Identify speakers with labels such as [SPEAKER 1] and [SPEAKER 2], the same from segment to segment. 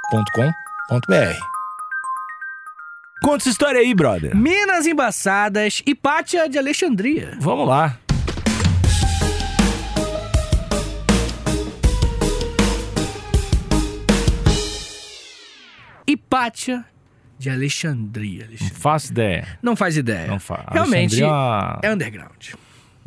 [SPEAKER 1] agenciadepodcast.com.br.
[SPEAKER 2] Conta essa história aí, brother.
[SPEAKER 3] Minas Embaçadas e Pátia de Alexandria.
[SPEAKER 2] Vamos lá.
[SPEAKER 3] Hipátia de Alexandria. Alexandre.
[SPEAKER 2] Faço ideia.
[SPEAKER 3] Não faz ideia.
[SPEAKER 2] Não fa...
[SPEAKER 3] Realmente,
[SPEAKER 2] Alexandria
[SPEAKER 3] é underground.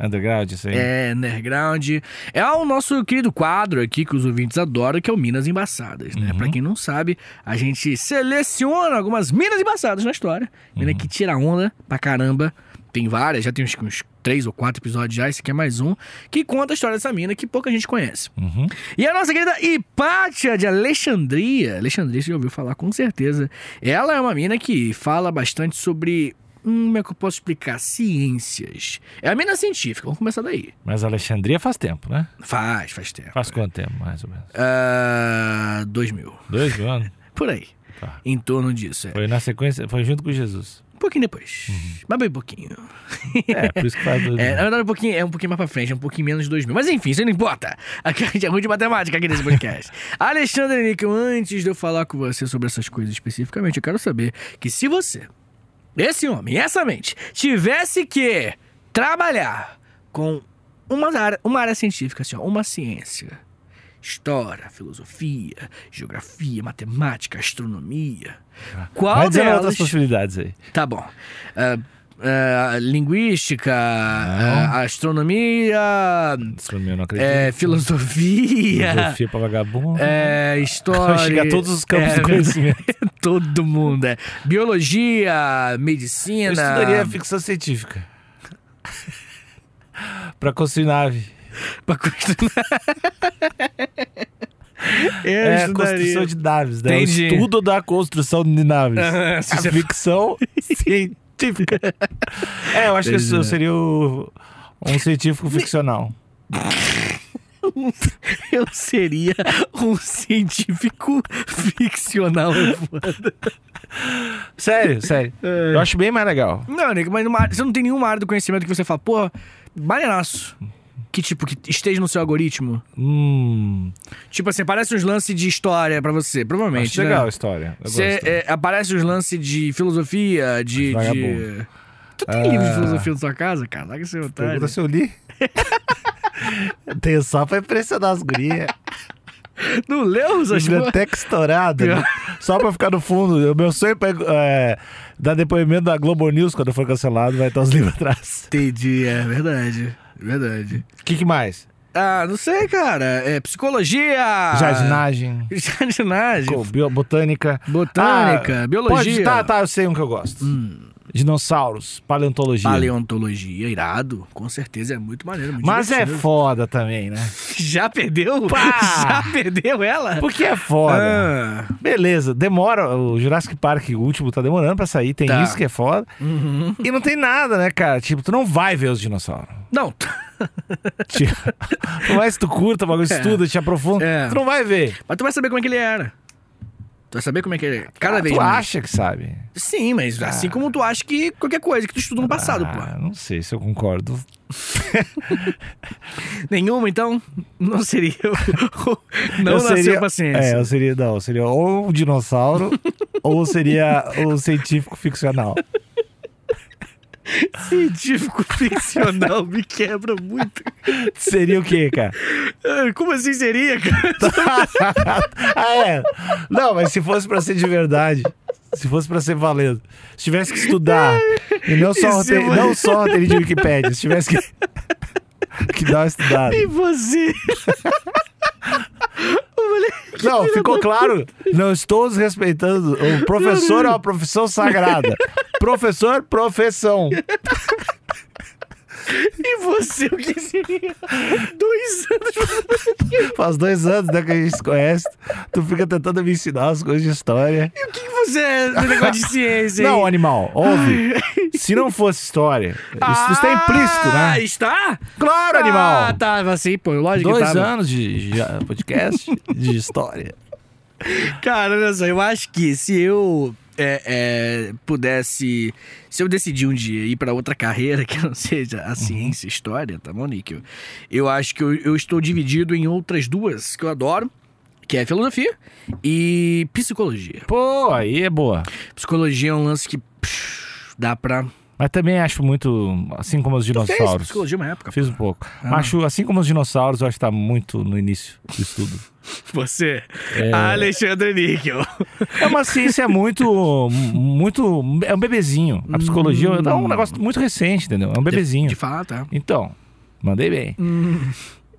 [SPEAKER 2] Underground, isso aí.
[SPEAKER 3] É underground. É o nosso querido quadro aqui que os ouvintes adoram, que é o Minas Embaçadas,
[SPEAKER 2] Uhum.
[SPEAKER 3] né? Pra quem não sabe, a gente seleciona algumas Minas Embaçadas na história.
[SPEAKER 2] Uhum.
[SPEAKER 3] Mina que tira onda pra caramba. Tem várias, já tem uns, uns três ou quatro episódios já, esse aqui é mais um, que conta a história dessa mina que pouca gente conhece.
[SPEAKER 2] Uhum.
[SPEAKER 3] E a nossa querida Hipátia de Alexandria. Alexandria, você já ouviu falar com certeza. Ela é uma mina que fala bastante sobre. hum, como é que eu posso explicar? Ciências. É a mina científica, vamos começar daí.
[SPEAKER 2] Mas Alexandria faz tempo, né?
[SPEAKER 3] Faz, faz tempo.
[SPEAKER 2] Faz quanto tempo, mais ou menos?
[SPEAKER 3] Ah, dois mil.
[SPEAKER 2] Dois mil anos?
[SPEAKER 3] Por aí.
[SPEAKER 2] Tá.
[SPEAKER 3] Em torno disso. É.
[SPEAKER 2] Foi Uhum. na sequência, foi junto com Jesus.
[SPEAKER 3] Um pouquinho depois. Mas bem pouquinho.
[SPEAKER 2] É, por isso que faz dois mil.
[SPEAKER 3] É, na verdade, um pouquinho, é um pouquinho mais pra frente, é um pouquinho menos de 2 mil. Mas enfim, isso não importa. Aqui a gente é ruim de matemática aqui nesse podcast. Alexandre Níquel, antes de eu falar com você sobre essas coisas especificamente, eu quero saber que se você, esse homem, essa mente, tivesse que trabalhar com uma área, uma área científica, assim, ó, uma ciência. História, filosofia, geografia, matemática, astronomia. Qual
[SPEAKER 2] Vai dizendo outras
[SPEAKER 3] delas...
[SPEAKER 2] possibilidades aí.
[SPEAKER 3] Tá bom. Ah, ah, linguística, ah, astronomia,
[SPEAKER 2] Astronomia, eu não acredito.
[SPEAKER 3] é, filosofia,
[SPEAKER 2] Filosofia pra vagabundo.
[SPEAKER 3] é, história.
[SPEAKER 2] Vai chegar a todos os campos
[SPEAKER 3] é,
[SPEAKER 2] do conhecimento.
[SPEAKER 3] Todo mundo. É. Biologia, medicina.
[SPEAKER 2] Eu estudaria ficção científica. pra construir nave.
[SPEAKER 3] pra construir. Eu
[SPEAKER 2] É, a
[SPEAKER 3] estudaria.
[SPEAKER 2] construção de naves, né?
[SPEAKER 3] Entendi.
[SPEAKER 2] O estudo da construção de naves.
[SPEAKER 3] Aham, se
[SPEAKER 2] a
[SPEAKER 3] você-
[SPEAKER 2] ficção científica. É, eu acho que
[SPEAKER 3] Entendi.
[SPEAKER 2] eu seria o- um científico ficcional.
[SPEAKER 3] Eu seria um científico ficcional. eu vou-
[SPEAKER 2] Sério, sério. Eu acho bem mais legal.
[SPEAKER 3] Não, nego, mas numa área- você não tem nenhuma área do conhecimento que você fala, pô, maneiraço. Que tipo, que esteja no seu algoritmo.
[SPEAKER 2] Hum,
[SPEAKER 3] Tipo assim, aparece uns lances de história pra você, provavelmente.
[SPEAKER 2] acho
[SPEAKER 3] né?
[SPEAKER 2] legal a história. Eu
[SPEAKER 3] Você,
[SPEAKER 2] gosto.
[SPEAKER 3] é, aparece uns lances de filosofia, de.
[SPEAKER 2] Mas
[SPEAKER 3] de...
[SPEAKER 2] vagabundo.
[SPEAKER 3] Tu tem livro de
[SPEAKER 2] Ah.
[SPEAKER 3] filosofia na sua casa? Caraca, seu otário.
[SPEAKER 2] Pergunta se eu li. Tem só pra impressionar as gurias.
[SPEAKER 3] Não leu essas coisas?
[SPEAKER 2] Biblioteca estourada. né? Só pra ficar no fundo. O meu sonho é, pe- é dar depoimento da Globo News quando for cancelado, vai estar os livros atrás.
[SPEAKER 3] Entendi, é verdade. Verdade.
[SPEAKER 2] O que, que mais?
[SPEAKER 3] Ah, não sei, cara. É
[SPEAKER 2] Ah,
[SPEAKER 3] psicologia.
[SPEAKER 2] Jardinagem.
[SPEAKER 3] Jardinagem.
[SPEAKER 2] co- bio- Botânica.
[SPEAKER 3] Botânica,
[SPEAKER 2] Ah,
[SPEAKER 3] biologia.
[SPEAKER 2] Pode, tá, tá, eu sei um que eu gosto. Dinossauros, paleontologia.
[SPEAKER 3] Paleontologia, irado. Com certeza é muito maneiro. Muito
[SPEAKER 2] Mas é
[SPEAKER 3] divertido.
[SPEAKER 2] foda também, né?
[SPEAKER 3] Já perdeu?
[SPEAKER 2] Pá!
[SPEAKER 3] Já perdeu ela?
[SPEAKER 2] Porque é foda.
[SPEAKER 3] Ah,
[SPEAKER 2] Beleza, demora. O Jurassic Park, o último, tá demorando pra sair. Tem
[SPEAKER 3] Tá.
[SPEAKER 2] isso que é foda. E não tem nada, né, cara? Tipo, tu não vai ver os dinossauros.
[SPEAKER 3] não,
[SPEAKER 2] Tipo, por mais que tu curta, o bagulho
[SPEAKER 3] É.
[SPEAKER 2] estuda, te aprofunda,
[SPEAKER 3] É.
[SPEAKER 2] tu não vai ver.
[SPEAKER 3] mas tu vai saber como é que ele era. Tu vai saber como é que ele era. Cada
[SPEAKER 2] Ah,
[SPEAKER 3] vez
[SPEAKER 2] tu
[SPEAKER 3] mais.
[SPEAKER 2] acha que sabe.
[SPEAKER 3] Sim, mas assim como tu acha que qualquer coisa que tu estuda no passado,
[SPEAKER 2] ah, não sei se eu concordo.
[SPEAKER 3] pô. Nenhuma, então, não seria. o- não
[SPEAKER 2] eu
[SPEAKER 3] nasceu
[SPEAKER 2] seria,
[SPEAKER 3] pra
[SPEAKER 2] É,
[SPEAKER 3] ciência.
[SPEAKER 2] eu seria, não, eu seria ou um dinossauro ou seria um científico ficcional.
[SPEAKER 3] Científico ficcional me quebra muito.
[SPEAKER 2] Seria o quê, cara?
[SPEAKER 3] Ah, Como assim seria, cara?
[SPEAKER 2] ah, é. Não, mas se fosse pra ser de verdade, se fosse pra ser valendo, se tivesse que estudar, e não só
[SPEAKER 3] E se
[SPEAKER 2] roteiro,
[SPEAKER 3] você-
[SPEAKER 2] não só roteiro de Wikipédia, se tivesse que, que dar uma estudada.
[SPEAKER 3] E você?
[SPEAKER 2] Não, ficou claro? Não estou desrespeitando. O professor é uma profissão sagrada. Professor, profissão.
[SPEAKER 3] E você, o que seria? Dois anos.
[SPEAKER 2] Faz dois anos né, que a gente se conhece. Tu fica tentando me ensinar as coisas de história.
[SPEAKER 3] O que que você é do negócio de ciência? aí?
[SPEAKER 2] Não, animal, ouve. Se não fosse história, isso está implícito,
[SPEAKER 3] Ah,
[SPEAKER 2] né?
[SPEAKER 3] está?
[SPEAKER 2] Claro,
[SPEAKER 3] Ah,
[SPEAKER 2] animal.
[SPEAKER 3] tá, assim, pô, lógico que
[SPEAKER 2] Dois
[SPEAKER 3] tava.
[SPEAKER 2] anos de de podcast de história.
[SPEAKER 3] Cara, olha só, eu acho que se eu é, é, pudesse. Se eu decidir um dia ir pra outra carreira que não seja a
[SPEAKER 2] Uhum.
[SPEAKER 3] ciência e história, tá bom, Níquel? Eu acho que eu, eu estou dividido em outras duas que eu adoro. que é filosofia e psicologia.
[SPEAKER 2] Pô, aí é boa.
[SPEAKER 3] Psicologia é um lance que psh, dá pra.
[SPEAKER 2] Mas também acho muito, assim como os
[SPEAKER 3] Fez
[SPEAKER 2] dinossauros.
[SPEAKER 3] psicologia Ah. uma época.
[SPEAKER 2] Fiz um pouco. Mas acho, assim como os dinossauros, eu acho que tá muito no início do estudo.
[SPEAKER 3] Você, Alexandre Níquel.
[SPEAKER 2] É uma ciência muito, muito... É um bebezinho. A psicologia é um negócio muito recente, entendeu? É um bebezinho.
[SPEAKER 3] De fato, tá?
[SPEAKER 2] Então, mandei bem.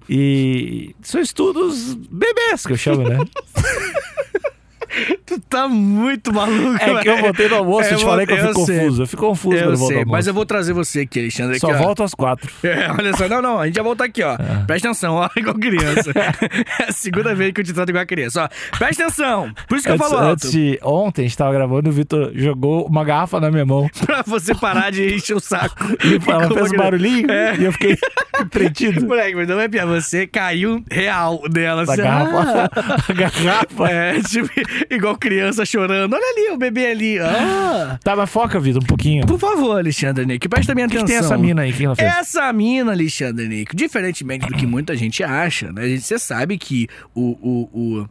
[SPEAKER 2] E são estudos bebês que eu chamo, né?
[SPEAKER 3] Tu tá muito maluco,
[SPEAKER 2] É que eu
[SPEAKER 3] velho.
[SPEAKER 2] voltei no almoço, eu te
[SPEAKER 3] Eu
[SPEAKER 2] falei que eu
[SPEAKER 3] vou-
[SPEAKER 2] fico
[SPEAKER 3] eu sei.
[SPEAKER 2] confuso. Eu fico confuso quando
[SPEAKER 3] Eu
[SPEAKER 2] eu volto ao
[SPEAKER 3] sei, mas
[SPEAKER 2] almoço.
[SPEAKER 3] eu vou trazer você aqui, Alexandre.
[SPEAKER 2] Só Ah.
[SPEAKER 3] aqui, ó.
[SPEAKER 2] volto às quatro.
[SPEAKER 3] É, olha só, não, não, a gente já volta aqui, ó. Presta atenção, ó, igual criança. é a segunda vez que eu te trato igual criança, ó. Presta atenção, por isso que eu
[SPEAKER 2] Antes,
[SPEAKER 3] falo
[SPEAKER 2] antes
[SPEAKER 3] alto.
[SPEAKER 2] de ontem, a gente tava gravando, o Vitor jogou uma garrafa na minha mão.
[SPEAKER 3] Pra você parar de encher o saco.
[SPEAKER 2] E ela
[SPEAKER 3] Como
[SPEAKER 2] fez um
[SPEAKER 3] criança.
[SPEAKER 2] barulhinho e eu fiquei pretido.
[SPEAKER 3] Moleque, mas não é piada, você caiu real dela.
[SPEAKER 2] Da
[SPEAKER 3] assim,
[SPEAKER 2] garrafa. A
[SPEAKER 3] ah.
[SPEAKER 2] garrafa.
[SPEAKER 3] É, tipo, igual criança chorando. Olha ali, o bebê ali. Ah.
[SPEAKER 2] Tá, mas foca, Vitor, um pouquinho.
[SPEAKER 3] Por favor, Alexandre Nick, presta bem
[SPEAKER 2] O que,
[SPEAKER 3] atenção. É.
[SPEAKER 2] que tem essa mina aí? O que ela fez?
[SPEAKER 3] Essa mina, Alexandre Nico, diferentemente do que muita gente acha, né? A gente- Você sabe que o. o, o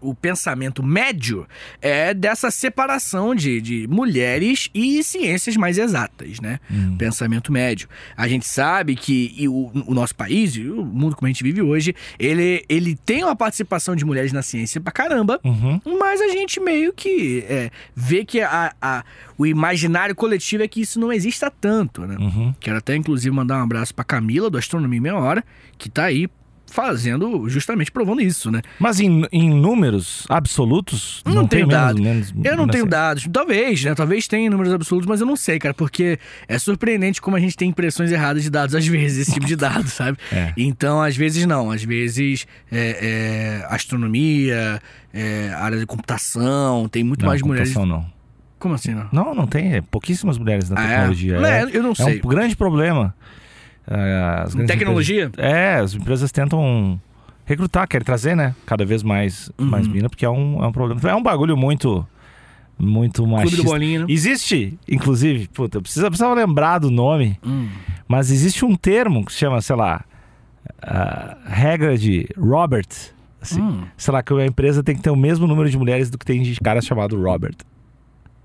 [SPEAKER 3] o pensamento médio é dessa separação de, de mulheres e ciências mais exatas, né?
[SPEAKER 2] Hum.
[SPEAKER 3] Pensamento médio. A gente sabe que e o, o nosso país, e o mundo como a gente vive hoje, ele, ele tem uma participação de mulheres na ciência pra caramba,
[SPEAKER 2] Uhum.
[SPEAKER 3] mas a gente meio que é, vê que a- a- o imaginário coletivo é que isso não exista tanto, né?
[SPEAKER 2] Uhum.
[SPEAKER 3] Quero até, inclusive, mandar um abraço pra Camila, do Astronomia em Meia Hora, que tá aí fazendo, justamente provando isso, né?
[SPEAKER 2] Mas em, em números absolutos,
[SPEAKER 3] Não
[SPEAKER 2] não, tem
[SPEAKER 3] tenho dado.
[SPEAKER 2] Menos, menos,
[SPEAKER 3] Eu não
[SPEAKER 2] menos
[SPEAKER 3] tenho
[SPEAKER 2] certo.
[SPEAKER 3] dados. Talvez, né? Talvez tenha números absolutos, mas eu não sei, cara, porque é surpreendente como a gente tem impressões erradas de dados, às vezes, esse tipo de dado, sabe?
[SPEAKER 2] É.
[SPEAKER 3] Então, às vezes não. Às vezes, é, é, astronomia, é, área de computação, tem muito
[SPEAKER 2] Não,
[SPEAKER 3] mais mulheres.
[SPEAKER 2] computação não.
[SPEAKER 3] Como assim, não?
[SPEAKER 2] Não, não tem. é pouquíssimas mulheres na
[SPEAKER 3] Ah, é?
[SPEAKER 2] tecnologia.
[SPEAKER 3] Não, é, eu não
[SPEAKER 2] é
[SPEAKER 3] sei.
[SPEAKER 2] um grande problema. Ah, as grandes
[SPEAKER 3] Tecnologia?
[SPEAKER 2] empresas- é, as empresas tentam recrutar, querem trazer, né? Cada vez mais,
[SPEAKER 3] Uhum.
[SPEAKER 2] mais mina, porque é um, é um problema. É um bagulho muito, muito
[SPEAKER 3] Clube do
[SPEAKER 2] machista.
[SPEAKER 3] Bolinha, né?
[SPEAKER 2] Existe, inclusive, puta, eu precisa- eu precisava lembrar do nome,
[SPEAKER 3] Hum.
[SPEAKER 2] mas existe um termo que se chama, sei lá, ah, regra de Robert. Assim,
[SPEAKER 3] Hum.
[SPEAKER 2] Sei lá, que uma empresa tem que ter o mesmo número de mulheres do que tem de caras chamado Robert.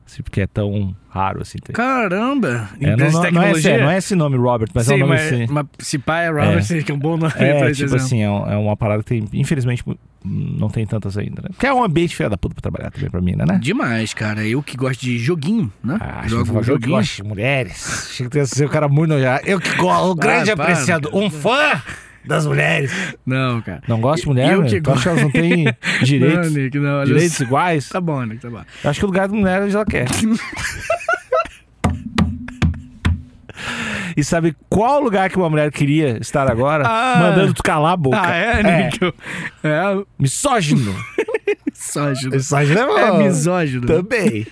[SPEAKER 2] Assim, porque é tão raro assim. ter.
[SPEAKER 3] Caramba!
[SPEAKER 2] É, não,
[SPEAKER 3] Empresa
[SPEAKER 2] não-
[SPEAKER 3] de
[SPEAKER 2] não é esse,
[SPEAKER 3] tecnologia.
[SPEAKER 2] não é esse nome, Robert, mas é
[SPEAKER 3] Sim,
[SPEAKER 2] um nome
[SPEAKER 3] mas,
[SPEAKER 2] assim.
[SPEAKER 3] mas se pá é Robert, que é um bom nome pra
[SPEAKER 2] É,
[SPEAKER 3] esse
[SPEAKER 2] tipo
[SPEAKER 3] exemplo.
[SPEAKER 2] assim, é, um- é uma parada que tem, infelizmente, mu- não tem tantas ainda, né? Que é um ambiente filha da puta pra trabalhar também pra mim, né? né?
[SPEAKER 3] Demais, cara. Eu que gosto de joguinho, né?
[SPEAKER 2] Ah, achei que
[SPEAKER 3] Jogo
[SPEAKER 2] você falou que
[SPEAKER 3] joguinho.
[SPEAKER 2] gosto de mulheres. Achei que ia ser um cara muito nojado. Eu que gosto, um grande
[SPEAKER 3] Ah, para,
[SPEAKER 2] apreciador,
[SPEAKER 3] cara.
[SPEAKER 2] um fã das mulheres.
[SPEAKER 3] Não, cara.
[SPEAKER 2] Não gosto de mulher,
[SPEAKER 3] eu
[SPEAKER 2] né?
[SPEAKER 3] que
[SPEAKER 2] Tu acha que elas não têm
[SPEAKER 3] Não,
[SPEAKER 2] direitos,
[SPEAKER 3] Nick, não. Olha,
[SPEAKER 2] direitos iguais?
[SPEAKER 3] Tá bom, Nick, tá bom.
[SPEAKER 2] Eu Acho que o lugar da mulher ela quer. E sabe qual lugar que uma mulher queria estar agora?
[SPEAKER 3] Ah.
[SPEAKER 2] Mandando tu calar a boca.
[SPEAKER 3] Ah, é, Nick? É,
[SPEAKER 2] Misógino.
[SPEAKER 3] misógino.
[SPEAKER 2] Misógino é,
[SPEAKER 3] É
[SPEAKER 2] bom.
[SPEAKER 3] misógino.
[SPEAKER 2] Também.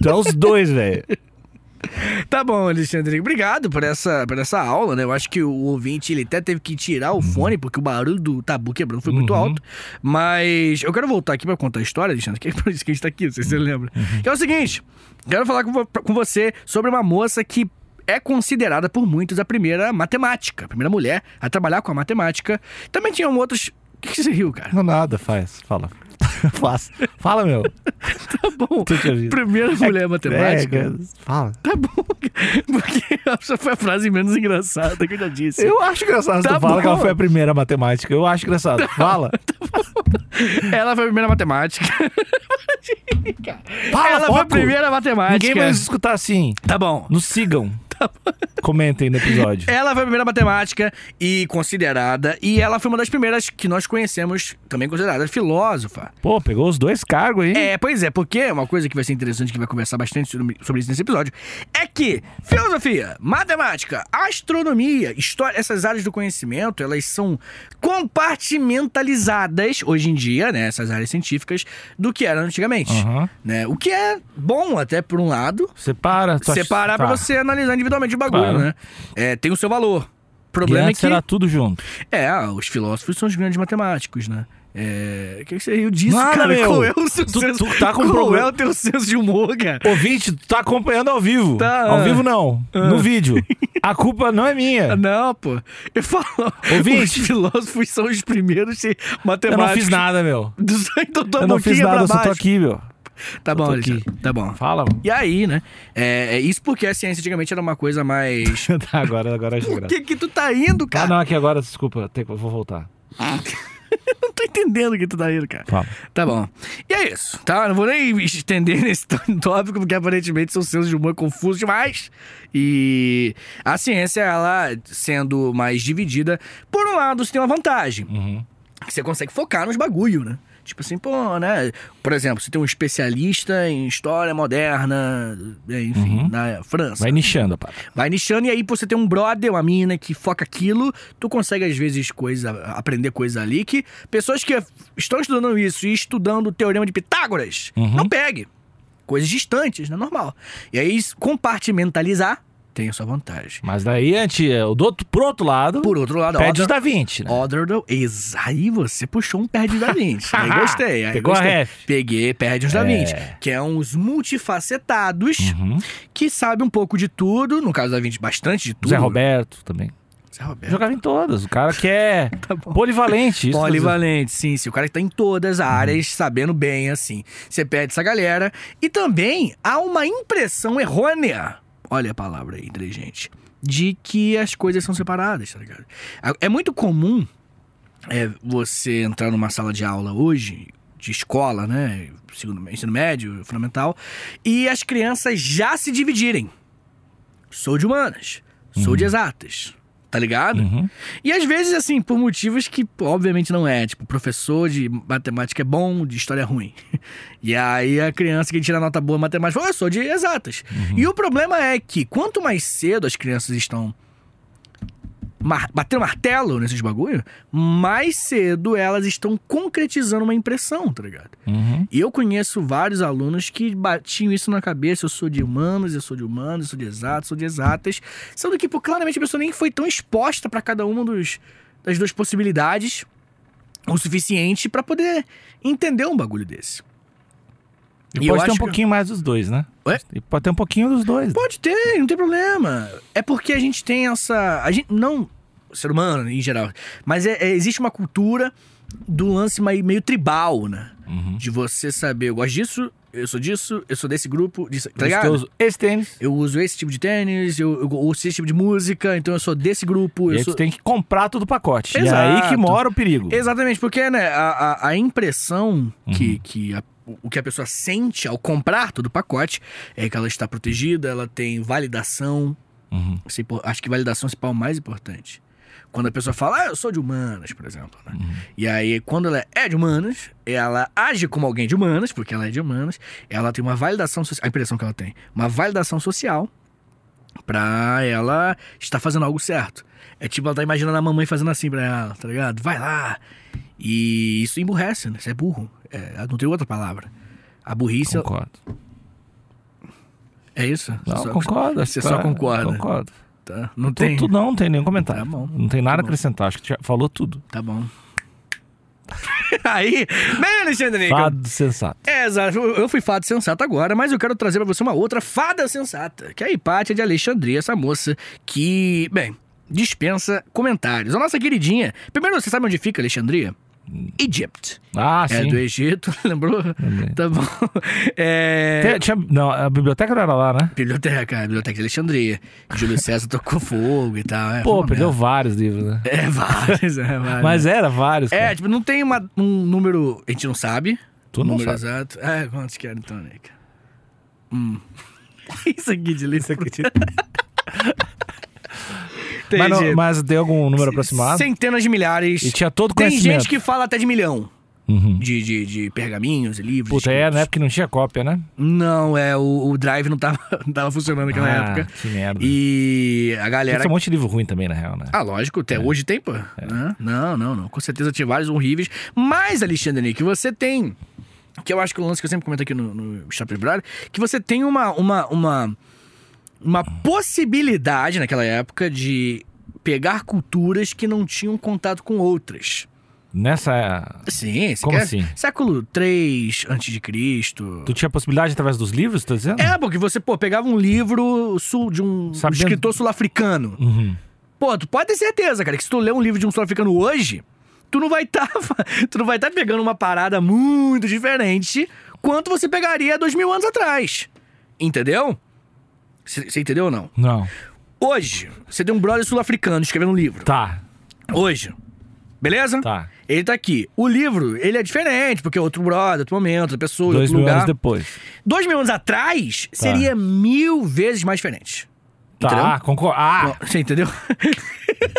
[SPEAKER 2] tu é os dois, velho.
[SPEAKER 3] Tá bom, Alexandre. Obrigado por essa, por essa aula, né? Eu acho que o ouvinte ele até teve que tirar o fone, porque o barulho do tabu quebrando foi muito
[SPEAKER 2] Uhum.
[SPEAKER 3] alto. Mas eu quero voltar aqui pra contar a história, Alexandre, que é por isso que a gente tá aqui, não sei
[SPEAKER 2] Uhum.
[SPEAKER 3] se você lembra. Que é o seguinte: quero falar com, vo- com você sobre uma moça que. É considerada por muitos a primeira matemática, a primeira mulher a trabalhar com a matemática. Também tinham outros. O que, que você riu, cara?
[SPEAKER 2] Não, nada, faz. Fala. Faz. Fala, meu.
[SPEAKER 3] Tá bom.
[SPEAKER 2] Tu tinha visto.
[SPEAKER 3] Primeira mulher matemática.
[SPEAKER 2] É, cara, fala.
[SPEAKER 3] Tá bom. Porque essa foi a frase menos engraçada que eu já disse.
[SPEAKER 2] Eu acho engraçado se
[SPEAKER 3] Tá
[SPEAKER 2] tu fala que ela
[SPEAKER 3] bom.
[SPEAKER 2] foi a primeira matemática. Eu acho engraçado. Fala.
[SPEAKER 3] Ela foi a primeira matemática.
[SPEAKER 2] Fala,
[SPEAKER 3] Ela foi a
[SPEAKER 2] foco.
[SPEAKER 3] primeira matemática.
[SPEAKER 2] Ninguém vai nos escutar assim.
[SPEAKER 3] Tá bom.
[SPEAKER 2] Nos sigam. Comentem no episódio.
[SPEAKER 3] Ela foi a primeira matemática e considerada, e ela foi uma das primeiras que nós conhecemos, também considerada filósofa.
[SPEAKER 2] Pô, pegou os dois cargos aí.
[SPEAKER 3] É, pois é, porque uma coisa que vai ser interessante, que vai conversar bastante sobre, sobre isso nesse episódio, é que filosofia, matemática, astronomia, história, essas áreas do conhecimento, elas são compartimentalizadas hoje em dia, né, essas áreas científicas, do que eram antigamente.
[SPEAKER 2] Aham.
[SPEAKER 3] Né? O que é bom até por um lado,
[SPEAKER 2] Separa. tu acha-
[SPEAKER 3] separar pra
[SPEAKER 2] tá.
[SPEAKER 3] você analisar individualmente o bagulho,
[SPEAKER 2] Claro.
[SPEAKER 3] né? É, tem o seu valor. O
[SPEAKER 2] E
[SPEAKER 3] problema é
[SPEAKER 2] antes
[SPEAKER 3] que.
[SPEAKER 2] era tudo junto.
[SPEAKER 3] É, os filósofos são os grandes matemáticos, né? É. O que que você riu disso,
[SPEAKER 2] Nada,
[SPEAKER 3] cara?
[SPEAKER 2] meu.
[SPEAKER 3] Qual é o seu
[SPEAKER 2] Tu-
[SPEAKER 3] senso?
[SPEAKER 2] tu tá com
[SPEAKER 3] Qual
[SPEAKER 2] problema.
[SPEAKER 3] é o teu senso de humor, cara?
[SPEAKER 2] Ouvinte, tu tá acompanhando ao vivo.
[SPEAKER 3] Tá.
[SPEAKER 2] Ao vivo não. No vídeo. A culpa não é minha.
[SPEAKER 3] Não, pô. Eu falo,
[SPEAKER 2] Ouvinte.
[SPEAKER 3] os filósofos são os primeiros de
[SPEAKER 2] Eu
[SPEAKER 3] matemáticos.
[SPEAKER 2] não fiz nada, meu.
[SPEAKER 3] Do santo
[SPEAKER 2] Eu não fiz nada, eu só tô aqui, meu.
[SPEAKER 3] Tá bom,
[SPEAKER 2] tô
[SPEAKER 3] Alexandre. Tá bom.
[SPEAKER 2] Fala, mano.
[SPEAKER 3] E aí, né? É, é isso porque a ciência antigamente era uma coisa mais.
[SPEAKER 2] Tá, agora, agora acho
[SPEAKER 3] Por
[SPEAKER 2] engraçado.
[SPEAKER 3] que que tu tá indo,
[SPEAKER 2] Ah,
[SPEAKER 3] cara?
[SPEAKER 2] não, aqui agora, desculpa, tem- eu vou voltar.
[SPEAKER 3] não tô entendendo o que tu tá indo, cara.
[SPEAKER 2] Fala.
[SPEAKER 3] Tá bom. E é isso, tá? Não vou nem estender nesse tópico, porque aparentemente seu senso de humor é confuso demais. E a ciência, ela sendo mais dividida, por um lado, você tem uma vantagem.
[SPEAKER 2] Uhum.
[SPEAKER 3] que você consegue focar nos bagulho, né? Tipo assim, pô, né? Por exemplo, você tem um especialista em história moderna, é, enfim,
[SPEAKER 2] Uhum.
[SPEAKER 3] na França.
[SPEAKER 2] Vai
[SPEAKER 3] Vai...
[SPEAKER 2] nichando, pá.
[SPEAKER 3] nichando e aí pô, você tem um brother, uma mina que foca aquilo. Tu consegue, às vezes, coisa, aprender coisa ali que pessoas que estão estudando isso e estudando o Teorema de Pitágoras
[SPEAKER 2] Uhum.
[SPEAKER 3] não pegue. Coisas distantes, né? Normal. E aí, compartimentalizar tem a sua vantagem.
[SPEAKER 2] Mas daí, anti, é, o do outro, pro outro lado,
[SPEAKER 3] Por outro lado, a
[SPEAKER 2] pede
[SPEAKER 3] outra-
[SPEAKER 2] os da 20, né?
[SPEAKER 3] Other do... Ex- Aí você puxou um perde da 20. aí gostei. Aí
[SPEAKER 2] Pegou a
[SPEAKER 3] gostei.
[SPEAKER 2] ref.
[SPEAKER 3] Peguei perde uns da
[SPEAKER 2] É.
[SPEAKER 3] 20. Que é uns multifacetados
[SPEAKER 2] Uhum.
[SPEAKER 3] que sabe um pouco de tudo. No caso da 20, bastante de tudo.
[SPEAKER 2] Zé Roberto também.
[SPEAKER 3] Zé Roberto.
[SPEAKER 2] Jogava em todas. O cara que é
[SPEAKER 3] Tá bom.
[SPEAKER 2] polivalente. Isso
[SPEAKER 3] Polivalente, sim, sim. O cara que tá em todas as áreas, sabendo bem, assim. Você perde essa galera. E também há uma impressão errônea. Olha a palavra aí, inteligente. De que as coisas são separadas, tá ligado? A- É muito comum é, você entrar numa sala de aula hoje, de escola, né? Segundo, ensino médio, fundamental, e as crianças já se dividirem. Sou de humanas, sou de exatas, tá ligado?
[SPEAKER 2] Uhum.
[SPEAKER 3] E às vezes, assim, por motivos que pô, obviamente não é. Tipo, professor de matemática é bom, de história é ruim. E aí a criança que tira nota boa em matemática fala, eu sou de exatas.
[SPEAKER 2] Hum. uhum,
[SPEAKER 3] E o problema é que quanto mais cedo as crianças estão mar batendo martelo nesses bagulho, mais cedo elas estão concretizando uma impressão, tá ligado?
[SPEAKER 2] Uhum.
[SPEAKER 3] E eu conheço vários alunos que batiam isso na cabeça. Eu sou de humanos, eu sou de humanos, eu sou de exatos, sou de exatas. Sendo que, pô, claramente a pessoa nem foi tão exposta para cada uma dos, das duas possibilidades o suficiente para poder entender um bagulho desse.
[SPEAKER 2] E,
[SPEAKER 3] E eu
[SPEAKER 2] pode ter um
[SPEAKER 3] acho que-
[SPEAKER 2] pouquinho mais dos dois, né?
[SPEAKER 3] Ué?
[SPEAKER 2] E pode ter um pouquinho dos dois.
[SPEAKER 3] Pode ter, não tem problema. É porque a gente tem essa. A gente não. Ser humano em geral. Mas é- é- existe uma cultura do lance mai- meio tribal, né?
[SPEAKER 2] Uhum.
[SPEAKER 3] De você saber, eu gosto disso, eu sou disso, eu sou desse grupo, disso, tá ligado?
[SPEAKER 2] Os teus- Esse tênis.
[SPEAKER 3] Eu uso esse tipo de tênis, eu, eu uso esse tipo de música, então eu sou desse grupo.
[SPEAKER 2] E
[SPEAKER 3] Eu
[SPEAKER 2] aí
[SPEAKER 3] sou...
[SPEAKER 2] tu tem que comprar todo o pacote. E é aí
[SPEAKER 3] Exato.
[SPEAKER 2] que mora o perigo.
[SPEAKER 3] Exatamente, porque né, a, a- a impressão
[SPEAKER 2] Uhum.
[SPEAKER 3] que, que a- o que a pessoa sente ao comprar todo o pacote é que ela está protegida, ela tem validação.
[SPEAKER 2] Uhum.
[SPEAKER 3] Isso é impor- Acho que validação é o pau mais importante. Quando a pessoa fala, ah, eu sou de humanas, por exemplo. né?
[SPEAKER 2] uhum.
[SPEAKER 3] E aí, quando ela é de humanas, ela age como alguém de humanas, porque ela é de humanas, ela tem uma validação social. A impressão que ela tem, uma validação social pra ela estar fazendo algo certo. É tipo, ela tá imaginando a mamãe fazendo assim pra ela, tá ligado? Vai lá! E isso emburrece, né? Isso é burro. É, não tem outra palavra. A burrice.
[SPEAKER 2] Concordo.
[SPEAKER 3] É isso? Você
[SPEAKER 2] Não,
[SPEAKER 3] só-
[SPEAKER 2] concordo.
[SPEAKER 3] Você
[SPEAKER 2] Tá,
[SPEAKER 3] só concorda.
[SPEAKER 2] Concordo.
[SPEAKER 3] Tá? Não
[SPEAKER 2] Tu,
[SPEAKER 3] tem.
[SPEAKER 2] tu não tem nenhum comentário.
[SPEAKER 3] Tá bom.
[SPEAKER 2] Não tem nada
[SPEAKER 3] Tá
[SPEAKER 2] a
[SPEAKER 3] bom.
[SPEAKER 2] acrescentar. Acho que tu já falou tudo.
[SPEAKER 3] Tá bom. Aí, bem, Alexandre Nico.
[SPEAKER 2] Fado Tá sensato.
[SPEAKER 3] É, exato. Eu eu fui fada sensata agora, mas eu quero trazer pra você uma outra fada sensata, que é a Hipátia de Alexandria, essa moça que, bem, dispensa comentários. A nossa queridinha. Primeiro, você sabe onde fica Alexandria? Egypt.
[SPEAKER 2] Ah,
[SPEAKER 3] É
[SPEAKER 2] sim.
[SPEAKER 3] do Egito, lembrou?
[SPEAKER 2] Também.
[SPEAKER 3] Tá bom. É...
[SPEAKER 2] Tem- tinha- não, a biblioteca não era lá, né?
[SPEAKER 3] Biblioteca, Biblioteca de Alexandria. Júlio César tocou fogo e tal. É, foi
[SPEAKER 2] Pô,
[SPEAKER 3] uma
[SPEAKER 2] perdeu
[SPEAKER 3] merda.
[SPEAKER 2] vários livros, né?
[SPEAKER 3] É, vários, é, vários.
[SPEAKER 2] Mas era vários.
[SPEAKER 3] É,
[SPEAKER 2] cara.
[SPEAKER 3] tipo, não tem uma- um número. A gente não sabe.
[SPEAKER 2] Tu não
[SPEAKER 3] número
[SPEAKER 2] sabe.
[SPEAKER 3] exato. É, quantos que era então, Nica? Hum. Isso aqui de lista.
[SPEAKER 2] mas, não- mas deu algum número aproximado?
[SPEAKER 3] Centenas de milhares.
[SPEAKER 2] E tinha todo o
[SPEAKER 3] Tem
[SPEAKER 2] conhecimento.
[SPEAKER 3] gente que fala até de milhão
[SPEAKER 2] Uhum.
[SPEAKER 3] de, de, de pergaminhos, e livros.
[SPEAKER 2] Puta, é, né?
[SPEAKER 3] escritos.
[SPEAKER 2] era na época que não tinha cópia, né?
[SPEAKER 3] Não, é, o, o drive não tava, não tava funcionando naquela
[SPEAKER 2] Ah,
[SPEAKER 3] época.
[SPEAKER 2] Que merda.
[SPEAKER 3] E a galera.
[SPEAKER 2] Tem um monte de livro ruim também, na real, né?
[SPEAKER 3] Ah, lógico, até hoje tem,
[SPEAKER 2] É.
[SPEAKER 3] pô. Né? Não, não, não. Com certeza tinha vários horríveis. Mas, Alexandre Nick, você tem. Que eu acho que é um lance que eu sempre comento aqui no, no Shopping Brother, que você tem uma, uma, uma, uma possibilidade naquela época de pegar culturas que não tinham contato com outras.
[SPEAKER 2] Nessa.
[SPEAKER 3] Sim, você
[SPEAKER 2] Como
[SPEAKER 3] quer-
[SPEAKER 2] assim?
[SPEAKER 3] Século 3 antes de Cristo.
[SPEAKER 2] Tu tinha possibilidade através dos livros, tu tá dizendo?
[SPEAKER 3] É, porque você, pô, pegava um livro sul, de um
[SPEAKER 2] Sabendo-
[SPEAKER 3] escritor sul-africano.
[SPEAKER 2] Uhum.
[SPEAKER 3] Pô, tu pode ter certeza, cara, que se tu ler um livro de um sul-africano hoje, tu não vai estar, tu não vai estar pegando uma parada muito diferente quanto você pegaria dois mil anos atrás. Entendeu? Você entendeu ou não?
[SPEAKER 2] Não.
[SPEAKER 3] Hoje, você tem um brother sul-africano escrevendo um livro.
[SPEAKER 2] Tá,
[SPEAKER 3] Hoje. Beleza?
[SPEAKER 2] tá.
[SPEAKER 3] Ele tá aqui. O livro, ele é diferente, porque é outro brother, outro momento, outra pessoa,
[SPEAKER 2] Dois
[SPEAKER 3] outro
[SPEAKER 2] mil anos Tá.
[SPEAKER 3] lugar.
[SPEAKER 2] depois.
[SPEAKER 3] Dois mil anos atrás, seria mil vezes mais diferente.
[SPEAKER 2] Tá,
[SPEAKER 3] Entendeu?
[SPEAKER 2] concordo.
[SPEAKER 3] Bom,
[SPEAKER 2] Ah,
[SPEAKER 3] Você entendeu?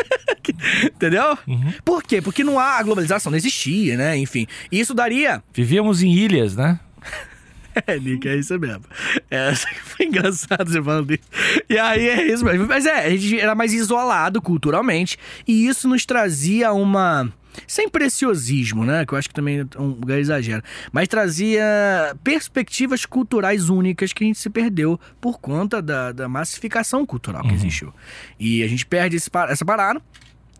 [SPEAKER 3] entendeu? Por quê? Porque não há a globalização, não existia, né? Enfim, isso daria.
[SPEAKER 2] vivíamos em ilhas, né?
[SPEAKER 3] É, Nick, é isso mesmo. É, foi engraçado você falando isso. E aí é isso mesmo. Mas é, a gente era mais isolado culturalmente. E isso nos trazia uma. Sem preciosismo, né? Que eu acho que também é um lugar exagero. Mas trazia perspectivas culturais únicas que a gente se perdeu por conta da, da massificação cultural que existiu. E a gente perde esse pa- essa parada.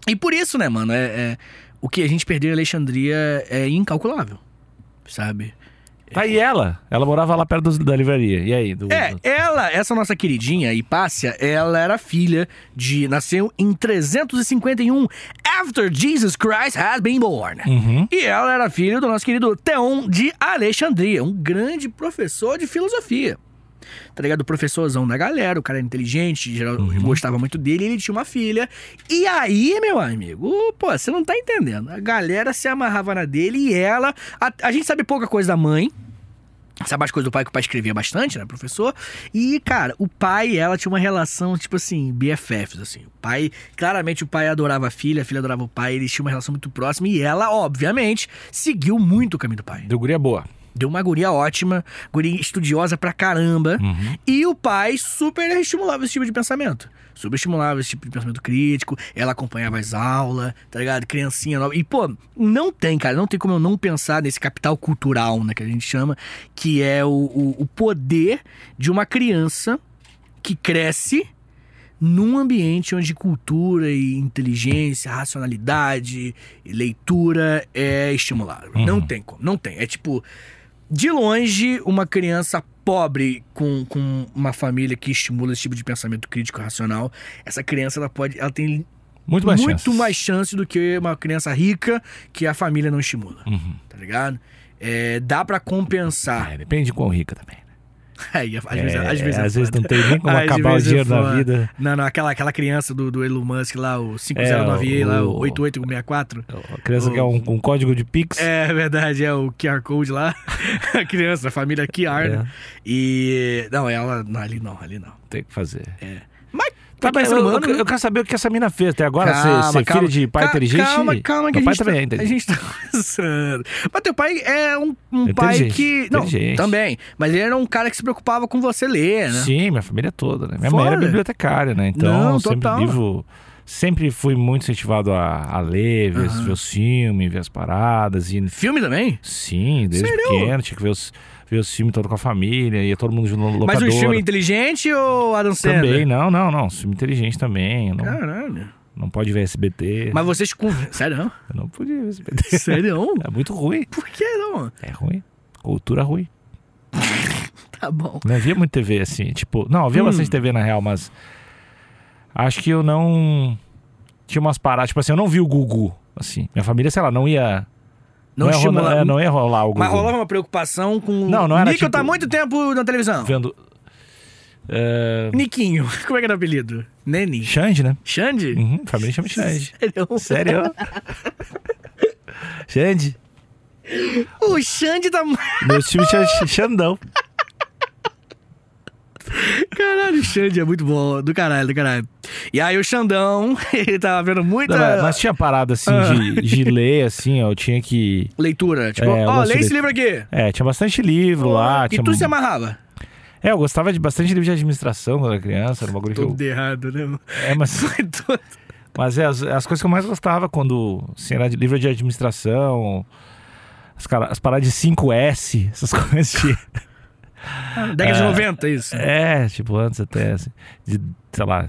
[SPEAKER 3] E por isso, né, mano? é- é- o que a gente perdeu em Alexandria é incalculável, sabe?
[SPEAKER 2] Tá, e ela? Ela morava lá perto dos- da livraria. E aí? do-
[SPEAKER 3] É,
[SPEAKER 2] do-
[SPEAKER 3] ela, essa nossa queridinha Hipácia, ela era filha de. Nasceu em 351, after Jesus Christ has been born.
[SPEAKER 2] Uhum.
[SPEAKER 3] E ela era filha do nosso querido Teon de Alexandria, um grande professor de filosofia. Tá ligado? O professorzão da galera, o cara era inteligente, geral, eu gostava muito dele, ele tinha uma filha. E aí, meu amigo, pô, você não tá entendendo. A galera se amarrava na dele e ela. A, a gente sabe pouca coisa da mãe. Sabe as coisas do pai que o pai escrevia bastante, né, professor? E, cara, o pai e ela tinha uma relação, tipo assim, BFFs, assim. O pai, claramente o pai adorava a filha, a filha adorava o pai, eles tinham uma relação muito próxima e ela, obviamente, seguiu muito o caminho do pai.
[SPEAKER 2] Deu guria é boa.
[SPEAKER 3] Deu uma guria ótima, guria estudiosa pra caramba.
[SPEAKER 2] Uhum.
[SPEAKER 3] E o pai super estimulava esse tipo de pensamento. Super estimulava esse tipo de pensamento crítico. Ela acompanhava as aulas, tá ligado? Criancinha nova. E, pô, não tem, cara. Não tem como eu não pensar nesse capital cultural, né? Que a gente chama. Que é o, o, o poder de uma criança que cresce num ambiente onde cultura e inteligência, racionalidade e leitura é estimulado.
[SPEAKER 2] Uhum.
[SPEAKER 3] Não tem como, não tem. É tipo, de longe, uma criança pobre com, com uma família que estimula esse tipo de pensamento crítico e racional, essa criança ela pode, ela tem
[SPEAKER 2] Muito mais
[SPEAKER 3] muito
[SPEAKER 2] chances.
[SPEAKER 3] mais chance do que uma criança rica que a família não estimula,
[SPEAKER 2] Uhum.
[SPEAKER 3] tá ligado? É, dá pra compensar.
[SPEAKER 2] É, depende de quão rica também. né?
[SPEAKER 3] Aí, às vezes,
[SPEAKER 2] É,
[SPEAKER 3] às vezes, é
[SPEAKER 2] às vezes
[SPEAKER 3] foda.
[SPEAKER 2] não tem nem como
[SPEAKER 3] Às
[SPEAKER 2] acabar o
[SPEAKER 3] vezes é
[SPEAKER 2] dinheiro na
[SPEAKER 3] foda.
[SPEAKER 2] vida.
[SPEAKER 3] Não, não, aquela, aquela criança do, do Elon Musk lá, o 509,
[SPEAKER 2] É, o-
[SPEAKER 3] lá, o 8864.
[SPEAKER 2] A criança quer um, um código de Pix.
[SPEAKER 3] É verdade, é o QR Code lá. A criança, a família QR, né?
[SPEAKER 2] É.
[SPEAKER 3] E. Não, ela. Não, ali não, ali não.
[SPEAKER 2] Tem que fazer.
[SPEAKER 3] É. Mas.
[SPEAKER 2] Tá,
[SPEAKER 3] porque
[SPEAKER 2] mas
[SPEAKER 3] é
[SPEAKER 2] eu,
[SPEAKER 3] ser
[SPEAKER 2] eu-
[SPEAKER 3] humano,
[SPEAKER 2] eu,
[SPEAKER 3] né?
[SPEAKER 2] quero saber o que essa mina fez até agora.
[SPEAKER 3] Calma,
[SPEAKER 2] ser ser
[SPEAKER 3] calma.
[SPEAKER 2] filho de pai
[SPEAKER 3] Ca-
[SPEAKER 2] inteligente.
[SPEAKER 3] Calma, calma,
[SPEAKER 2] Meu
[SPEAKER 3] que a
[SPEAKER 2] pai
[SPEAKER 3] gente,
[SPEAKER 2] também é
[SPEAKER 3] tá, a
[SPEAKER 2] inteligente.
[SPEAKER 3] gente tá pensando. Mas teu pai é um, um pai
[SPEAKER 2] Inteligente,
[SPEAKER 3] que. Não,
[SPEAKER 2] inteligente.
[SPEAKER 3] também. Mas ele era um cara que se preocupava com você ler, né?
[SPEAKER 2] Sim, minha família toda, né? Minha
[SPEAKER 3] Foda.
[SPEAKER 2] mãe era bibliotecária, né? Então,
[SPEAKER 3] Não,
[SPEAKER 2] eu sempre
[SPEAKER 3] total.
[SPEAKER 2] livro. Sempre fui muito incentivado a, a ler, ver, os- ver os filmes, ver as paradas. E,
[SPEAKER 3] Filme também?
[SPEAKER 2] sim, desde
[SPEAKER 3] Sério?
[SPEAKER 2] pequeno, tinha que ver os, ver os filmes todo com a família, ia todo mundo junto no
[SPEAKER 3] Mas
[SPEAKER 2] locador.
[SPEAKER 3] um filme inteligente ou Adam Sandler?
[SPEAKER 2] Também, não, não, não. Filme inteligente também.
[SPEAKER 3] Ah,
[SPEAKER 2] Não,
[SPEAKER 3] Caralho.
[SPEAKER 2] não pode ver SBT.
[SPEAKER 3] Mas vocês. com- Sério não?
[SPEAKER 2] Eu não podia ver SBT.
[SPEAKER 3] Sério não?
[SPEAKER 2] É muito ruim.
[SPEAKER 3] Por que não?
[SPEAKER 2] É ruim. Cultura ruim.
[SPEAKER 3] Tá bom.
[SPEAKER 2] Não havia muito TV assim, tipo, não, havia
[SPEAKER 3] Hum.
[SPEAKER 2] bastante TV na real, mas acho que eu não tinha umas paradas, tipo assim, eu não vi o Gugu, assim. Minha família, sei lá, não ia
[SPEAKER 3] Não,
[SPEAKER 2] ia rolar,
[SPEAKER 3] estimulava.
[SPEAKER 2] é, não ia rolar o Gugu.
[SPEAKER 3] Mas rolava uma preocupação com.
[SPEAKER 2] Não, não era
[SPEAKER 3] Níquel
[SPEAKER 2] tipo-
[SPEAKER 3] tá há muito tempo na televisão.
[SPEAKER 2] vendo é,
[SPEAKER 3] Niquinho. Como é que era o apelido? Neni.
[SPEAKER 2] Xande, né?
[SPEAKER 3] Xande?
[SPEAKER 2] Uhum, família chama de Xande.
[SPEAKER 3] Sério?
[SPEAKER 2] Sério? Xande.
[SPEAKER 3] O Xande tá.
[SPEAKER 2] Meu time chama X- Xandão.
[SPEAKER 3] Caralho, o Xande é muito bom. Do caralho, do caralho. E aí o Xandão, ele tava vendo muita
[SPEAKER 2] Não, mas- mas tinha parada assim
[SPEAKER 3] ah.
[SPEAKER 2] de, de ler, assim, ó, eu tinha que
[SPEAKER 3] leitura. Tipo,
[SPEAKER 2] É, eu
[SPEAKER 3] ó,
[SPEAKER 2] gosto
[SPEAKER 3] lê esse
[SPEAKER 2] dele.
[SPEAKER 3] livro aqui.
[SPEAKER 2] é, tinha bastante livro lá.
[SPEAKER 3] e
[SPEAKER 2] tinha... um
[SPEAKER 3] tu se amarrava?
[SPEAKER 2] É, eu gostava de bastante livro de administração quando era criança, era uma bagulho que eu
[SPEAKER 3] Todo errado, né? mano?
[SPEAKER 2] É, mas,
[SPEAKER 3] Todo-
[SPEAKER 2] mas é, as, as coisas que eu mais gostava quando assim, era de livro de administração, as, cara- as paradas de 5S, essas coisas de.
[SPEAKER 3] Década de 90, isso.
[SPEAKER 2] É, tipo, antes até, assim, de, sei lá,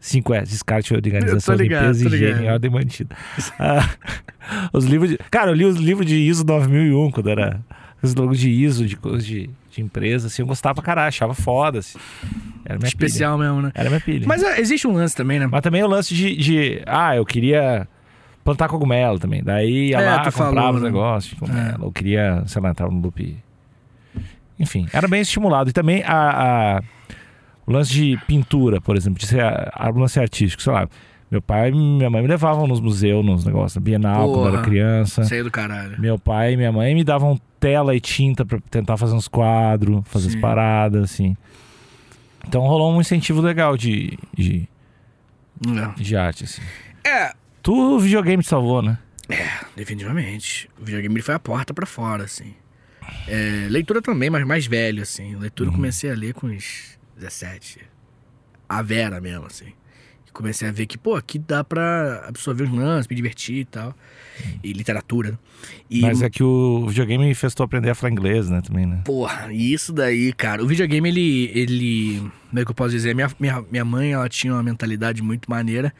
[SPEAKER 2] 5 é descarte, organização,
[SPEAKER 3] Eu tô ligado,
[SPEAKER 2] limpeza,
[SPEAKER 3] tô
[SPEAKER 2] higiene,
[SPEAKER 3] ligado.
[SPEAKER 2] ordem mantida. Ah, os livros de... Cara, eu li os livros de ISO 9001 quando era... Os logos de ISO, de coisas de, de empresa, assim, eu gostava pra caralho, achava foda, assim. Era minha
[SPEAKER 3] Especial mesmo, né?
[SPEAKER 2] pilha. Era minha pilha.
[SPEAKER 3] Mas ah, existe um lance também, né?
[SPEAKER 2] Mas também o lance de, de- Ah, eu queria plantar cogumelo também. Daí ia
[SPEAKER 3] É,
[SPEAKER 2] lá,
[SPEAKER 3] tu
[SPEAKER 2] comprava
[SPEAKER 3] falou,
[SPEAKER 2] os
[SPEAKER 3] né?
[SPEAKER 2] negócios de cogumelo. Eu queria, sei lá, entrar no loop. Enfim, era bem estimulado. E também a, a- o lance de pintura, por exemplo, de ser a- a- o lance artístico, sei lá. Meu pai e minha mãe me levavam nos museus, nos negócios, na Bienal, quando eu era
[SPEAKER 3] Porra.
[SPEAKER 2] criança.
[SPEAKER 3] Saiu do caralho.
[SPEAKER 2] Meu pai e minha mãe me davam tela e tinta pra tentar fazer uns quadros, fazer
[SPEAKER 3] Sim.
[SPEAKER 2] as paradas, assim. Então rolou um incentivo legal de, de,
[SPEAKER 3] Não.
[SPEAKER 2] de arte, assim.
[SPEAKER 3] É,
[SPEAKER 2] Tu, o videogame te salvou, né?
[SPEAKER 3] definitivamente. O videogame foi a porta pra fora, assim. É, leitura também, mas mais velho, assim. Leitura
[SPEAKER 2] Uhum.
[SPEAKER 3] eu comecei a ler com uns 17. A Vera mesmo, assim. E comecei a ver que, pô, aqui dá pra absorver os lances, me divertir e tal. E literatura. né? E,
[SPEAKER 2] Mas é que o videogame fez tu aprender a falar inglês, né? Também, né?
[SPEAKER 3] Porra, e isso daí, cara. O videogame, ele. ele como é que eu posso dizer? Minha, minha, minha mãe, ela tinha uma mentalidade muito maneira.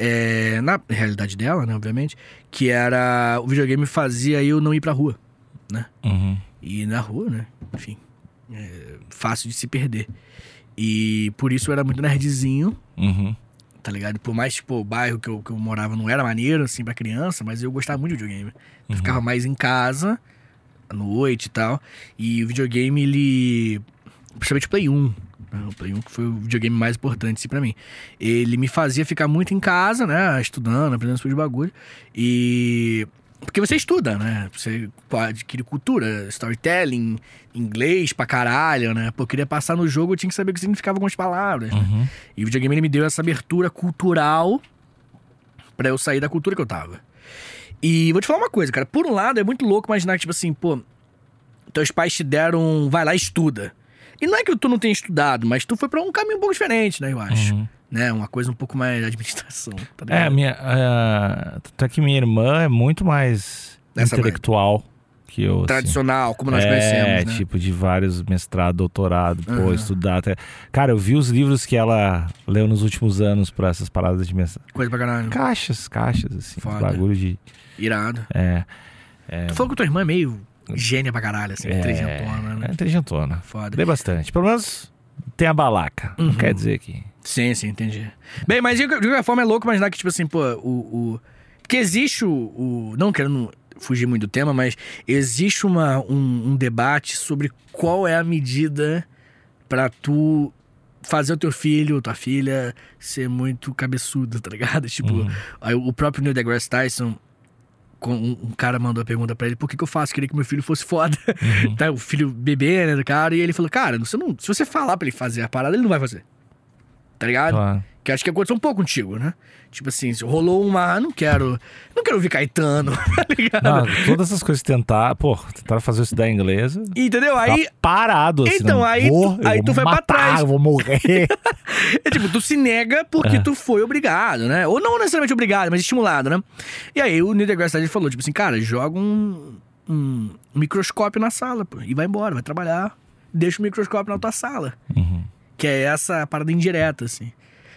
[SPEAKER 3] é, na realidade dela, né, obviamente. Que era. O videogame fazia eu não ir pra rua.
[SPEAKER 2] Uhum.
[SPEAKER 3] E na rua, né? Enfim. é fácil de se perder. E por isso eu era muito nerdzinho
[SPEAKER 2] Uhum.
[SPEAKER 3] tá ligado? Por mais, tipo, o bairro que eu, que eu morava não era maneiro, assim, pra criança, mas eu gostava muito de videogame. Eu ficava mais em casa, à noite e tal. E o videogame, ele. Principalmente o Play 1. né? O Play 1 que foi o videogame mais importante, assim, pra mim. Ele me fazia ficar muito em casa, né? Estudando, aprendendo sobre os bagulho. E. Porque você estuda, né? Você pô, adquire cultura, storytelling, inglês pra caralho, né? Pô, eu queria passar no jogo, eu tinha que saber o que significava algumas palavras. né?
[SPEAKER 2] Uhum.
[SPEAKER 3] E o videogame ele me deu essa abertura cultural pra eu sair da cultura que eu tava. E vou te falar uma coisa, cara. Por um lado, é muito louco imaginar que, tipo assim, pô, teus pais te deram, um vai lá, e estuda. E não é que tu não tenha estudado, mas tu foi pra um caminho um pouco diferente, né, eu acho.
[SPEAKER 2] uhum.
[SPEAKER 3] Né? Uma coisa um pouco mais de administração, tá
[SPEAKER 2] É, a
[SPEAKER 3] ligado?
[SPEAKER 2] minha. ah, Tanto é que minha irmã é muito mais
[SPEAKER 3] Essa
[SPEAKER 2] intelectual que eu. assim.
[SPEAKER 3] Tradicional, como nós
[SPEAKER 2] é,
[SPEAKER 3] conhecemos, né?
[SPEAKER 2] tipo, de vários mestrado, doutorado, pô,
[SPEAKER 3] Uhum.
[SPEAKER 2] estudar até. Cara, eu vi os livros que ela leu nos últimos anos pra essas paradas de mestrado.
[SPEAKER 3] Coisa pra caralho.
[SPEAKER 2] Caixas, caixas, assim.
[SPEAKER 3] Uhum. Foda.
[SPEAKER 2] Bagulho de.
[SPEAKER 3] Irado.
[SPEAKER 2] É.
[SPEAKER 3] Tu falou que tua irmã é meio gênia pra caralho, assim,
[SPEAKER 2] é,
[SPEAKER 3] trejentona, né?
[SPEAKER 2] É inteligentona.
[SPEAKER 3] Foda.
[SPEAKER 2] Dei bastante. Pelo menos tem a balaca. Não
[SPEAKER 3] Uhum.
[SPEAKER 2] quer dizer que.
[SPEAKER 3] Sim, sim, entendi. Bem, mas de qualquer- de qualquer forma é louco imaginar que, tipo assim, pô, o. o... Porque existe o, o- Não querendo fugir muito do tema, mas existe uma, um, um debate sobre qual é a medida pra tu fazer o teu filho, tua filha, ser muito cabeçudo, tá ligado? Tipo,
[SPEAKER 2] Uhum.
[SPEAKER 3] aí o próprio Neil deGrasse Tyson. com- Um, um cara mandou a pergunta pra ele: por que, que eu faço? Queria que meu filho fosse foda. Tá, o filho bebê, né, do cara. E ele falou: cara, você não, se você falar pra ele fazer a parada, ele não vai fazer. Tá ligado?
[SPEAKER 2] Claro.
[SPEAKER 3] Que acho que aconteceu um pouco contigo, né? Tipo assim, se rolou uma, ah, não quero. Não quero ouvir Caetano, tá ligado?
[SPEAKER 2] Não, todas essas coisas tentar, pô, tentar fazer eu estudar inglês. eu
[SPEAKER 3] Entendeu? Aí,
[SPEAKER 2] tava parado assim.
[SPEAKER 3] Então,
[SPEAKER 2] não
[SPEAKER 3] aí
[SPEAKER 2] vou,
[SPEAKER 3] tu-
[SPEAKER 2] eu
[SPEAKER 3] aí
[SPEAKER 2] vou
[SPEAKER 3] tu vai pra
[SPEAKER 2] matar,
[SPEAKER 3] trás.
[SPEAKER 2] Eu vou morrer.
[SPEAKER 3] é tipo, tu se nega porque tu foi obrigado, né? Ou não necessariamente obrigado, mas estimulado, né? E aí o Neil deGrasse Tyson falou, tipo assim, cara, joga um, um microscópio na sala, pô, e vai embora, vai trabalhar. Deixa o microscópio na tua sala.
[SPEAKER 2] Uhum.
[SPEAKER 3] Que é essa parada indireta, assim.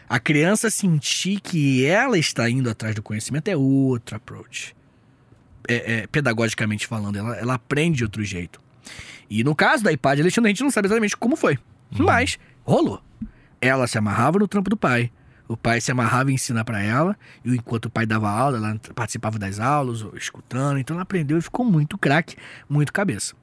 [SPEAKER 3] A criança sentir que ela está indo atrás do conhecimento é outro approach. É, é, pedagogicamente falando, ela, ela aprende de outro jeito. E no caso da iPad Alexandre, a gente não sabe exatamente como foi. Mas rolou. Ela se amarrava no trampo do pai. O pai se amarrava em ensinar pra ela. E enquanto o pai dava aula, ela participava das aulas, ou escutando. Então ela aprendeu e ficou muito craque, muito cabeça.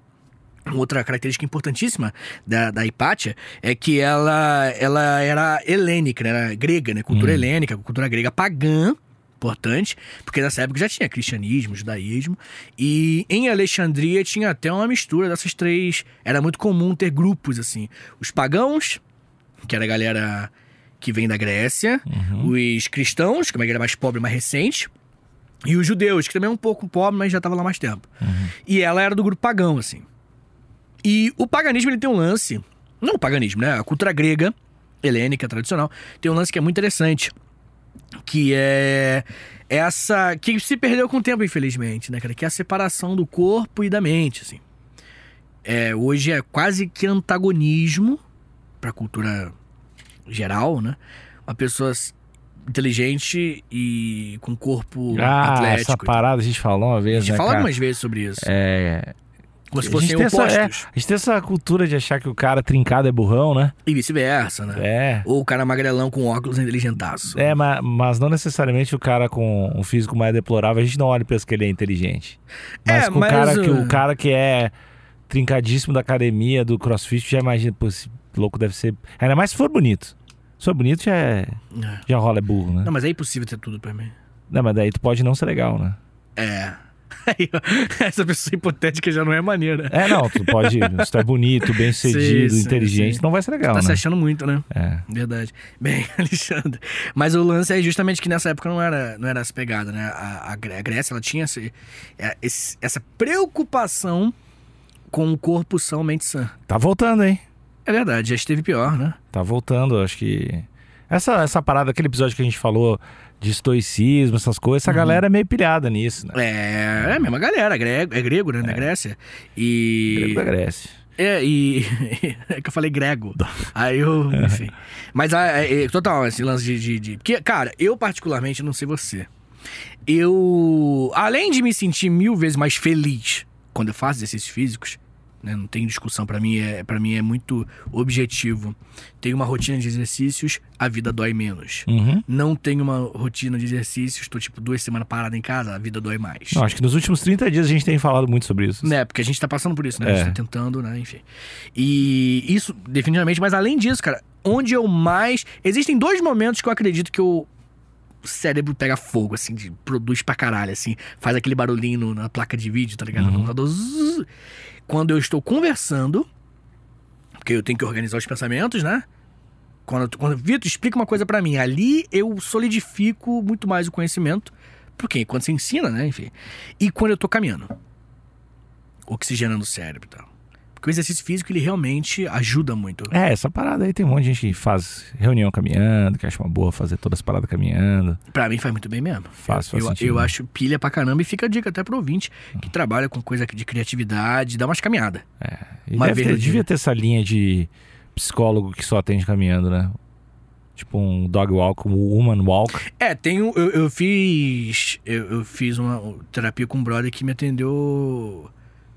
[SPEAKER 3] Outra característica importantíssima da, da Hipátia é que ela, ela era helênica, né? era grega, né? Cultura helênica, cultura grega pagã, importante, porque nessa época já tinha cristianismo, judaísmo, e em Alexandria tinha até uma mistura dessas três. Era muito comum ter grupos, assim. Os pagãos, que era a galera que vem da Grécia,
[SPEAKER 2] Uhum.
[SPEAKER 3] os cristãos, que é uma igreja mais pobre, mais recente, e os judeus, que também é um pouco pobre, mas já tava lá há mais tempo. E ela era do grupo pagão, assim. E o paganismo, ele tem um lance... Não o paganismo, né? A cultura grega, helênica, tradicional, tem um lance que é muito interessante. Que é essa... Que se perdeu com o tempo, infelizmente, né, cara? Que é a separação do corpo e da mente, assim. É, hoje é quase que antagonismo pra cultura geral, né? Uma pessoa s- inteligente e com corpo
[SPEAKER 2] Ah, essa
[SPEAKER 3] atlético.
[SPEAKER 2] parada a gente falou uma
[SPEAKER 3] a
[SPEAKER 2] vez,
[SPEAKER 3] gente
[SPEAKER 2] né,
[SPEAKER 3] fala
[SPEAKER 2] cara?
[SPEAKER 3] algumas vezes sobre isso.
[SPEAKER 2] É,
[SPEAKER 3] Como se
[SPEAKER 2] a gente
[SPEAKER 3] fossem
[SPEAKER 2] tem essa-
[SPEAKER 3] opostos.
[SPEAKER 2] é, a gente tem essa cultura de achar que o cara trincado é burrão, né?
[SPEAKER 3] E vice-versa, né?
[SPEAKER 2] É.
[SPEAKER 3] Ou o cara magrelão com óculos é inteligentaço.
[SPEAKER 2] É, ma- mas, não necessariamente o cara com um físico mais deplorável, a gente não olha e pensa que ele é inteligente. Mas
[SPEAKER 3] É,
[SPEAKER 2] com
[SPEAKER 3] mas,
[SPEAKER 2] o cara que
[SPEAKER 3] uh,
[SPEAKER 2] o cara que é trincadíssimo da academia, do crossfit, já imagina, pô, esse louco deve ser. Ainda mais se for bonito. Se for bonito, já, é-
[SPEAKER 3] É.
[SPEAKER 2] já rola, é burro, né?
[SPEAKER 3] Não,
[SPEAKER 2] Não.
[SPEAKER 3] mas é impossível ter tudo pra mim.
[SPEAKER 2] mas daí tu pode não ser legal, né?
[SPEAKER 3] É. Aí, ó, Essa pessoa hipotética já não é maneira.
[SPEAKER 2] É, não, tu pode. se tu é bonito, bem sucedido,
[SPEAKER 3] Sim, sim,
[SPEAKER 2] inteligente,
[SPEAKER 3] sim.
[SPEAKER 2] não vai ser legal,
[SPEAKER 3] tá se
[SPEAKER 2] né?
[SPEAKER 3] achando muito, né?
[SPEAKER 2] É.
[SPEAKER 3] Verdade. Bem, Alexandre. Mas o lance é justamente que nessa época não era, não era essa pegada, né? A, a Gré- a Grécia, ela tinha esse- é, esse- essa preocupação com o corpo são, mente sã.
[SPEAKER 2] Tá voltando, hein?
[SPEAKER 3] É verdade, já esteve pior, né?
[SPEAKER 2] Tá voltando, acho que. Essa, essa parada, aquele episódio que a gente falou de estoicismo, essas coisas,
[SPEAKER 3] Uhum.
[SPEAKER 2] essa galera é meio pilhada nisso, né?
[SPEAKER 3] É, é a mesma galera, grego, é grego, né? Na Grécia. E.
[SPEAKER 2] Grego da Grécia.
[SPEAKER 3] É, e. é que eu falei grego. Aí eu. Enfim. Mas, ah, é, é, total, esse lance de, de, de- Porque, cara, eu particularmente, não sei você. Eu. Além de me sentir mil vezes mais feliz quando eu faço exercícios físicos, né, não tem discussão, pra mim, é, pra mim é muito objetivo. Tenho uma rotina de exercícios, a vida dói menos.
[SPEAKER 2] Uhum.
[SPEAKER 3] Não tenho uma rotina de exercícios, tô tipo duas semanas parada em casa, a vida dói mais.
[SPEAKER 2] Não, acho que nos últimos 30 dias a gente tem falado muito sobre isso.
[SPEAKER 3] Né, porque a gente tá passando por isso, né? A gente
[SPEAKER 2] É.
[SPEAKER 3] tá tentando, né? Enfim. E isso, definitivamente, mas além disso, cara, onde eu mais. Existem dois momentos que eu acredito que o cérebro pega fogo, assim, de- produz pra caralho, assim, faz aquele barulhinho no- na placa de vídeo, tá ligado?
[SPEAKER 2] Uhum.
[SPEAKER 3] No computador. zzz. Quando eu estou conversando, porque eu tenho que organizar os pensamentos, né? Quando, quando Vitor explica uma coisa pra mim, ali eu solidifico muito mais o conhecimento, porque quando você ensina, né? Enfim. E quando eu tô caminhando oxigenando o cérebro e tal. Porque o exercício físico, ele realmente ajuda muito.
[SPEAKER 2] É, essa parada aí tem um monte de gente que faz reunião caminhando, que acha uma boa fazer todas as paradas caminhando.
[SPEAKER 3] Pra mim faz muito bem mesmo.
[SPEAKER 2] Faz, faz
[SPEAKER 3] eu,
[SPEAKER 2] sentido.
[SPEAKER 3] eu acho pilha pra caramba e fica a dica até pro ouvinte que trabalha com coisa de criatividade, dá umas caminhadas.
[SPEAKER 2] E
[SPEAKER 3] Uma
[SPEAKER 2] deve ter-
[SPEAKER 3] verdinha.
[SPEAKER 2] devia ter essa linha de psicólogo que só atende caminhando, né? Tipo um dog walk, um woman walk.
[SPEAKER 3] É, tem um, eu, eu fiz. Eu, eu fiz uma terapia com um brother que me atendeu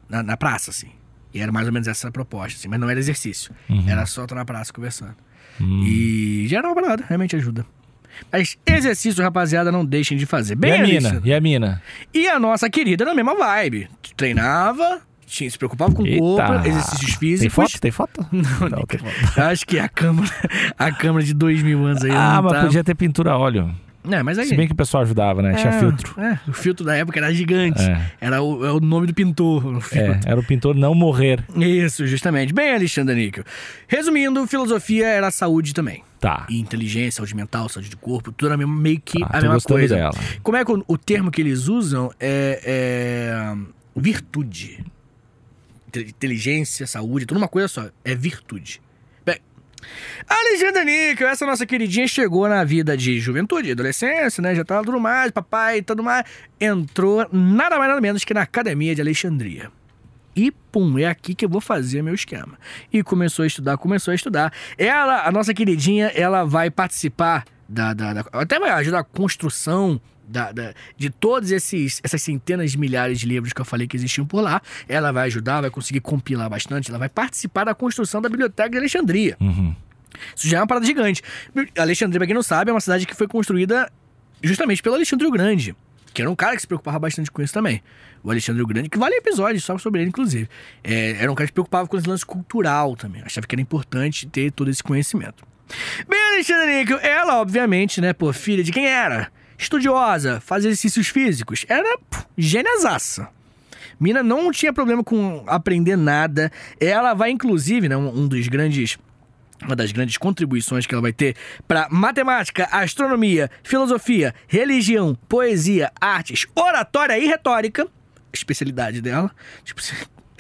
[SPEAKER 3] na, na praça, assim. E era mais ou menos essa a proposta, assim, mas não era exercício.
[SPEAKER 2] Uhum.
[SPEAKER 3] Era só estar na praça conversando.
[SPEAKER 2] Hum.
[SPEAKER 3] E já era uma parada, realmente ajuda. Mas exercício, rapaziada, não deixem de fazer. Bem
[SPEAKER 2] e a
[SPEAKER 3] Alexandre.
[SPEAKER 2] mina? E a mina?
[SPEAKER 3] E a nossa querida na mesma vibe. Treinava, tinha, se preocupava com o corpo,
[SPEAKER 2] Eita.
[SPEAKER 3] exercícios
[SPEAKER 2] Tem
[SPEAKER 3] físicos.
[SPEAKER 2] foto? Tem foto?
[SPEAKER 3] Não,
[SPEAKER 2] Não,
[SPEAKER 3] nem-
[SPEAKER 2] tem foto.
[SPEAKER 3] Acho que a câmera, a câmera de dois mil anos aí.
[SPEAKER 2] Ah,
[SPEAKER 3] não
[SPEAKER 2] mas
[SPEAKER 3] tá...
[SPEAKER 2] podia ter pintura a óleo.
[SPEAKER 3] É, mas aí.
[SPEAKER 2] Se bem que o pessoal ajudava, né? Tinha
[SPEAKER 3] É,
[SPEAKER 2] filtro.
[SPEAKER 3] é, o filtro da época era gigante.
[SPEAKER 2] É.
[SPEAKER 3] Era o, é o nome do pintor. O filtro.
[SPEAKER 2] É, era o pintor não morrer.
[SPEAKER 3] Isso, justamente. Bem, Alexandre Níquel. Resumindo, filosofia era saúde também.
[SPEAKER 2] Tá.
[SPEAKER 3] E inteligência, saúde mental, saúde de corpo, tudo era mesmo- meio que
[SPEAKER 2] tá,
[SPEAKER 3] a
[SPEAKER 2] tô
[SPEAKER 3] mesma
[SPEAKER 2] gostando
[SPEAKER 3] coisa.
[SPEAKER 2] dela.
[SPEAKER 3] Como é que o, o termo que eles usam é, é virtude. Inte- Inteligência, saúde, tudo uma coisa só. É virtude. Bem, Alexandra Níquel, essa nossa queridinha chegou na vida de juventude, adolescência, né? Já tava tudo mais, papai e tudo mais. Entrou nada mais nada menos que na Academia de Alexandria. E pum, é aqui que eu vou fazer meu esquema. E começou a estudar, começou a estudar. Ela, a nossa queridinha, ela vai participar da. da- da- até vai ajudar a construção da- da- de todas essas centenas de milhares de livros que eu falei que existiam por lá. Ela vai ajudar, vai conseguir compilar bastante, ela vai participar da construção da Biblioteca de Alexandria.
[SPEAKER 2] Uhum.
[SPEAKER 3] Isso já é uma parada gigante. Alexandria, pra quem não sabe, é uma cidade que foi construída justamente pelo Alexandre o Grande, que era um cara que se preocupava bastante com isso também. O Alexandre o Grande, que vale episódio só sobre ele, inclusive. É, era um cara que se preocupava com esse lance cultural também. Achava que era importante ter todo esse conhecimento. Bem, Alexandre Níquel, ela, obviamente, né, pô, filha de quem era? Estudiosa, fazia exercícios físicos. Era pô, gêniazaça. Mina não tinha problema com aprender nada. Ela vai, inclusive, né, um um dos grandes uma das grandes contribuições que ela vai ter para matemática, astronomia, filosofia, religião, poesia, artes, oratória e retórica, especialidade dela, tipo,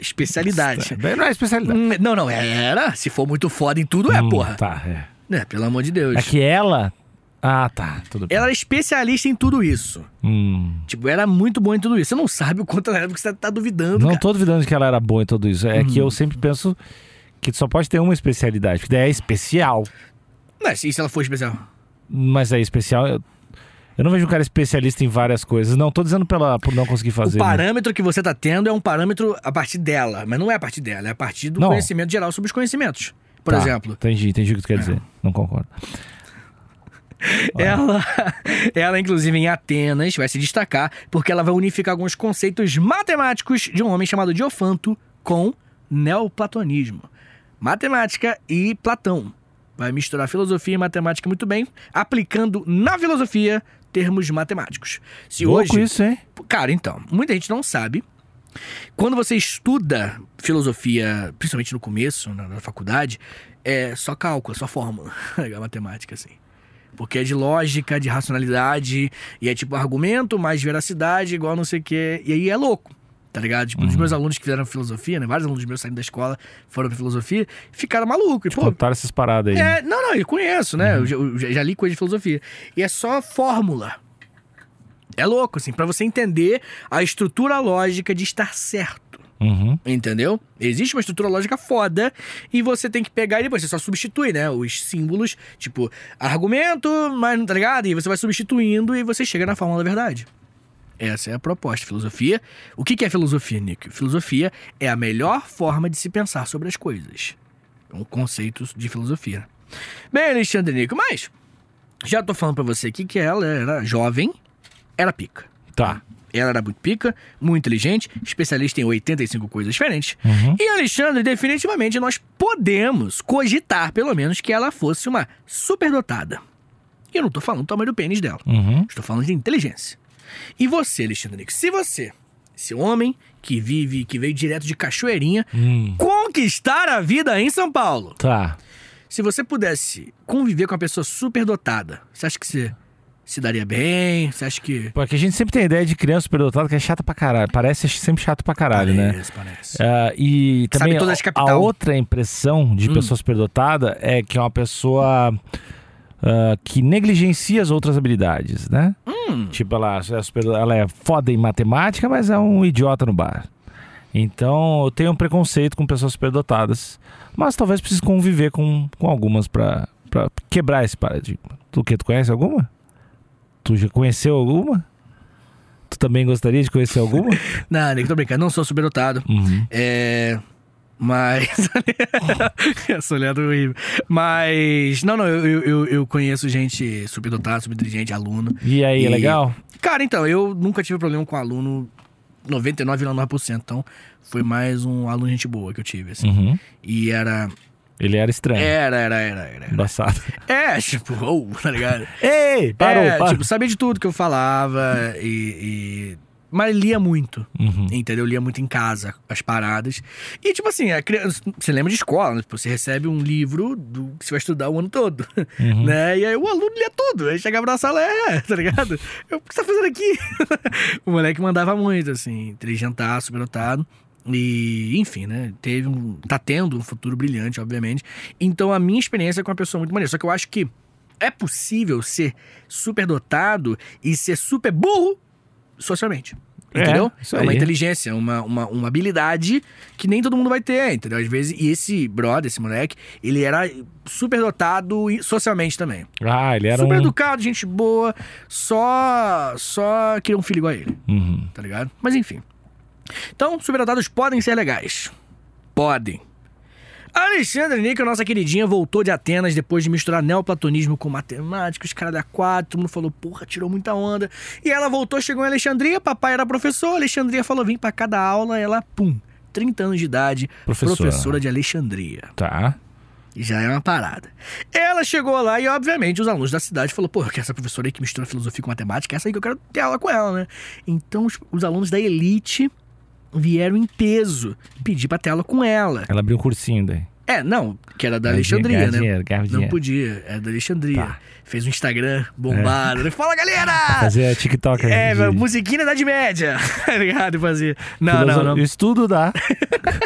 [SPEAKER 3] especialidade.
[SPEAKER 2] Bem, não é especialidade.
[SPEAKER 3] Hum, Não, não, era. Se for muito foda em tudo, é,
[SPEAKER 2] Hum,
[SPEAKER 3] porra.
[SPEAKER 2] Tá, é.
[SPEAKER 3] Né, pelo amor de Deus.
[SPEAKER 2] É que ela. Ah, tá. Tudo bem.
[SPEAKER 3] Ela era especialista em tudo isso.
[SPEAKER 2] Hum.
[SPEAKER 3] Tipo, era muito boa em tudo isso. Você não sabe o quanto ela era porque você tá duvidando.
[SPEAKER 2] Não
[SPEAKER 3] cara.
[SPEAKER 2] tô duvidando que ela era boa em tudo isso. É que eu
[SPEAKER 3] Hum.
[SPEAKER 2] sempre penso que só pode ter uma especialidade, porque daí é especial.
[SPEAKER 3] Mas e se ela for especial?
[SPEAKER 2] mas é especial. Eu, eu não vejo um cara especialista em várias coisas. Não, tô dizendo pela, por não conseguir fazer.
[SPEAKER 3] O
[SPEAKER 2] né?
[SPEAKER 3] parâmetro que você tá tendo é um parâmetro a partir dela, mas não é a partir dela, é a partir do
[SPEAKER 2] Não.
[SPEAKER 3] conhecimento geral sobre os conhecimentos. Por
[SPEAKER 2] Tá,
[SPEAKER 3] exemplo, É.
[SPEAKER 2] Entendi, entendi o que tu quer dizer. Não concordo.
[SPEAKER 3] ela, ela, inclusive, em Atenas, vai se destacar porque ela vai unificar alguns conceitos matemáticos de um homem chamado Diofanto com neoplatonismo. Matemática e Platão. Vai misturar filosofia e matemática muito bem, aplicando na filosofia termos matemáticos. Se
[SPEAKER 2] Louco
[SPEAKER 3] hoje
[SPEAKER 2] isso, hein?
[SPEAKER 3] Cara, então, muita gente não sabe. Quando você estuda filosofia, principalmente no começo, na, na faculdade, é só cálculo, só fórmula, a matemática, assim. Porque é de lógica, de racionalidade, e é tipo argumento mais veracidade, igual não sei o quê. E aí é louco, tá ligado? Tipo, os meus alunos que fizeram filosofia, né? Vários alunos meus saindo da escola foram pra filosofia, ficaram malucos. E, pô,
[SPEAKER 2] Contaram essas paradas aí.
[SPEAKER 3] é, não, não, eu conheço, né? Eu, já, eu já- já li coisa de filosofia. E é só fórmula. É louco, assim, pra você entender a estrutura lógica de estar certo.
[SPEAKER 2] Uhum.
[SPEAKER 3] Entendeu? Existe uma estrutura lógica foda e você tem que pegar e depois você só substitui, né? Os símbolos, tipo, argumento, mas não tá ligado? E você vai substituindo e você chega na fórmula da verdade. Essa é a proposta. Filosofia. O que que é filosofia, Nick? Filosofia é a melhor forma de se pensar sobre as coisas. É um conceito de filosofia. Bem, Alexandre Nico, mas já tô falando pra você aqui que ela era jovem, era pica.
[SPEAKER 2] Tá.
[SPEAKER 3] Ela era muito pica, muito inteligente, especialista em 85 coisas diferentes.
[SPEAKER 2] Uhum.
[SPEAKER 3] E Alexandre, definitivamente nós podemos cogitar, pelo menos, que ela fosse uma superdotada. E eu não tô falando do tamanho do pênis dela.
[SPEAKER 2] Uhum.
[SPEAKER 3] Estou falando de inteligência. E você, Alexandre Nico, se você, esse homem que vive, que veio direto de Cachoeirinha,
[SPEAKER 2] Hum.
[SPEAKER 3] conquistar a vida em São Paulo,
[SPEAKER 2] Tá.
[SPEAKER 3] se você pudesse conviver com uma pessoa superdotada, você acha que você se daria bem? Você acha que...
[SPEAKER 2] Porque a gente sempre tem a ideia de criança superdotada que é chata pra caralho. Parece sempre chato pra caralho, né?
[SPEAKER 3] Parece, parece.
[SPEAKER 2] Ah, e
[SPEAKER 3] Sabe
[SPEAKER 2] também
[SPEAKER 3] todas as
[SPEAKER 2] a, a
[SPEAKER 3] capital.
[SPEAKER 2] outra impressão de
[SPEAKER 3] Hum.
[SPEAKER 2] pessoa superdotada é que é uma pessoa ah, que negligencia as outras habilidades, né?
[SPEAKER 3] Hum.
[SPEAKER 2] Tipo, ela é, super- ela é foda em matemática, mas é um idiota no bar. Então, eu tenho um preconceito com pessoas superdotadas, mas talvez precise conviver com, com algumas pra, pra quebrar esse paradigma. Tu que tu conhece alguma? Tu já conheceu alguma? Tu também gostaria de conhecer alguma?
[SPEAKER 3] Não, Nico, tô brincando, não sou superdotado.
[SPEAKER 2] Uhum.
[SPEAKER 3] É. Mas. Essa olhada é horrível. Mas. Não, não, eu, eu- eu, eu conheço gente superdotada, superinteligente, aluno.
[SPEAKER 2] E aí, é
[SPEAKER 3] E-
[SPEAKER 2] legal?
[SPEAKER 3] Cara, então, eu nunca tive problema com aluno 99,9%. Então, foi mais um aluno gente boa que eu tive, assim.
[SPEAKER 2] Uhum.
[SPEAKER 3] E era.
[SPEAKER 2] Ele era estranho.
[SPEAKER 3] Era, era, era, era. era.
[SPEAKER 2] Embaçado.
[SPEAKER 3] É, tipo, ou, tá ligado?
[SPEAKER 2] Ei, parou,
[SPEAKER 3] é,
[SPEAKER 2] parou.
[SPEAKER 3] tipo, sabia de tudo que eu falava e- e... Mas lia muito.
[SPEAKER 2] Uhum.
[SPEAKER 3] Entendeu? Eu lia muito em casa as paradas. E, tipo assim, a criança, você lembra de escola, né? Tipo, você recebe um livro do, que você vai estudar o ano todo,
[SPEAKER 2] Uhum.
[SPEAKER 3] né? E aí o aluno lia tudo. Aí chegava na sala, é, tá ligado? Eu, o que você tá fazendo aqui? o moleque mandava muito, assim, inteligentaço, superdotado. E, enfim, né? Teve um. Tá tendo um futuro brilhante, obviamente. Então, a minha experiência é com uma pessoa muito maneira. Só que eu acho que é possível ser superdotado e ser super burro socialmente.
[SPEAKER 2] É,
[SPEAKER 3] Entendeu?
[SPEAKER 2] isso
[SPEAKER 3] uma
[SPEAKER 2] aí.
[SPEAKER 3] inteligência, uma, uma, uma habilidade que nem todo mundo vai ter, entendeu? Às vezes, e esse brother, esse moleque, ele era superdotado e- socialmente também.
[SPEAKER 2] Ah, ele era
[SPEAKER 3] super
[SPEAKER 2] um...
[SPEAKER 3] educado, gente boa, só só queria um filho igual a ele,
[SPEAKER 2] Uhum.
[SPEAKER 3] tá ligado? Mas enfim. Então, superdotados podem ser legais. Podem. Alexandre Níquel, nossa queridinha, voltou de Atenas depois de misturar neoplatonismo com matemática, os caras da quatro, todo mundo falou, porra, tirou muita onda. E ela voltou, chegou em Alexandria, papai era professor, Alexandria falou, vim pra cada aula, ela, pum, 30 anos de idade,
[SPEAKER 2] Professora.
[SPEAKER 3] professora de Alexandria.
[SPEAKER 2] Tá.
[SPEAKER 3] Já é uma parada. Ela chegou lá e, obviamente, os alunos da cidade falaram: pô, eu quero essa professora aí que mistura filosofia com matemática, é essa aí que eu quero ter aula com ela, né? Então, os, os alunos da elite vieram em peso pedir pra ter aula com ela.
[SPEAKER 2] Ela abriu um cursinho daí.
[SPEAKER 3] É, não, que era da
[SPEAKER 2] Ganhava
[SPEAKER 3] Alexandria,
[SPEAKER 2] dinheiro,
[SPEAKER 3] né?
[SPEAKER 2] Dinheiro, ganhava
[SPEAKER 3] Não
[SPEAKER 2] dinheiro.
[SPEAKER 3] podia, era da Alexandria.
[SPEAKER 2] Tá. É.
[SPEAKER 3] Fez um Instagram bombado. né? Fala, galera!
[SPEAKER 2] Fazia TikTok.
[SPEAKER 3] É,
[SPEAKER 2] de...
[SPEAKER 3] musiquinha da Idade Média. Tá ligado? Fazia. Não,
[SPEAKER 2] Filoso-
[SPEAKER 3] não, não.
[SPEAKER 2] Estudo dá.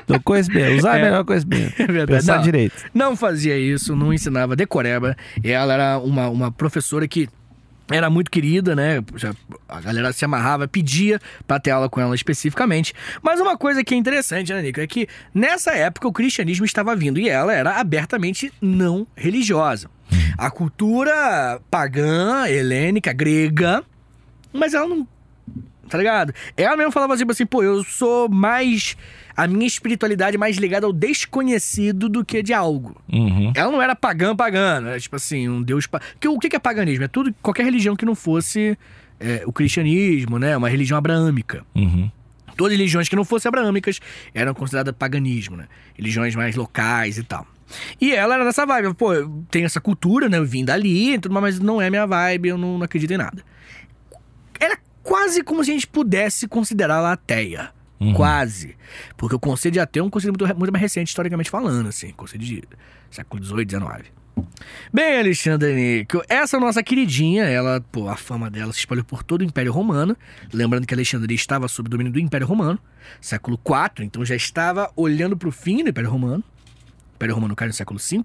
[SPEAKER 2] Do conhecimento. Usar é
[SPEAKER 3] É.
[SPEAKER 2] a melhor conhecimento.
[SPEAKER 3] É verdade.
[SPEAKER 2] Pensar
[SPEAKER 3] Não.
[SPEAKER 2] direito.
[SPEAKER 3] não fazia isso, não ensinava decoreba. Ela era uma, uma professora que era muito querida, né? Já- A galera se amarrava, pedia pra ter aula com ela especificamente. Mas uma coisa que é interessante, né, Nico, é que nessa época o cristianismo estava vindo e ela era abertamente não religiosa. a cultura pagã, helênica, grega, mas ela não. Tá ligado? Ela mesmo falava tipo assim, pô, eu sou mais. A minha espiritualidade é mais ligada ao desconhecido do que de algo.
[SPEAKER 2] Uhum.
[SPEAKER 3] Ela não era pagã, pagana. Era tipo assim, um deus. Pa... Que, o que que é paganismo? É tudo, qualquer religião que não fosse é, o cristianismo, né? Uma religião abraâmica.
[SPEAKER 2] Uhum.
[SPEAKER 3] Todas as religiões que não fossem abraâmicas eram consideradas paganismo, né? Religiões mais locais e tal. E ela era nessa vibe, pô, eu tenho essa cultura, né? Eu vim dali e tudo mais, mas não é minha vibe, eu não, não acredito em nada. Era quase como se a gente pudesse considerá-la ateia. Quase. Porque o conceito de ateu é um conceito muito, muito mais recente, historicamente falando, assim. Conceito de século XVIII, XIX. Bem, Alexandre Níquel, essa nossa queridinha, ela, pô, a fama dela se espalhou por todo o Império Romano. Lembrando que Alexandria estava sob domínio do Império Romano, século IV, então já estava olhando para o fim do Império Romano. O Império Romano cai no século V.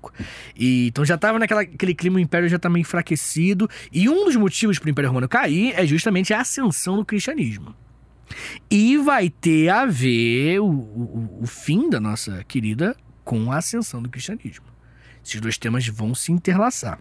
[SPEAKER 3] E, então já estava naquela aquele clima, o Império já estava meio enfraquecido. E um dos motivos para o Império Romano cair é justamente a ascensão do cristianismo. E vai ter a ver o, o, o fim da nossa querida com a ascensão do cristianismo. Esses dois temas vão se interlaçar.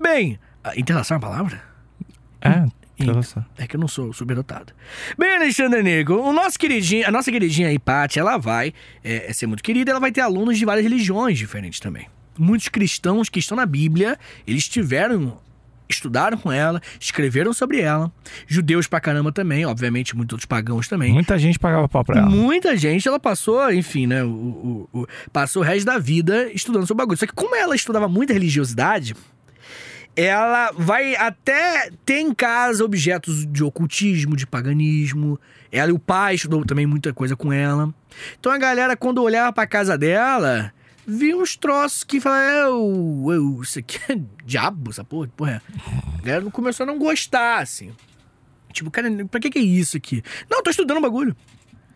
[SPEAKER 3] Bem, a- interlaçar é uma palavra? Hum,
[SPEAKER 2] É, interlaçar.
[SPEAKER 3] É que eu não sou superdotado. Bem, Alexandre Negro, o nosso queridinho, a nossa queridinha aí, Paty, ela vai é, ser muito querida, ela vai ter alunos de várias religiões diferentes também. Muitos cristãos que estão na Bíblia, eles tiveram. Estudaram com ela, escreveram sobre ela. Judeus pra caramba também, obviamente, muitos outros pagãos também.
[SPEAKER 2] Muita gente pagava pau pra ela.
[SPEAKER 3] Muita gente, ela passou, enfim, né? o- o- o- passou o resto da vida estudando sobre o bagulho. Só que como ela estudava muita religiosidade, ela vai até ter em casa objetos de ocultismo, de paganismo. Ela e o pai estudou também muita coisa com ela. Então a galera, quando olhava pra casa dela, via uns troços que falava, é, eu, eu, isso aqui é diabo, essa porra, que porra é? A galera começou a não gostar, assim. Tipo, cara, pra que que é isso aqui? Não, eu tô estudando o bagulho.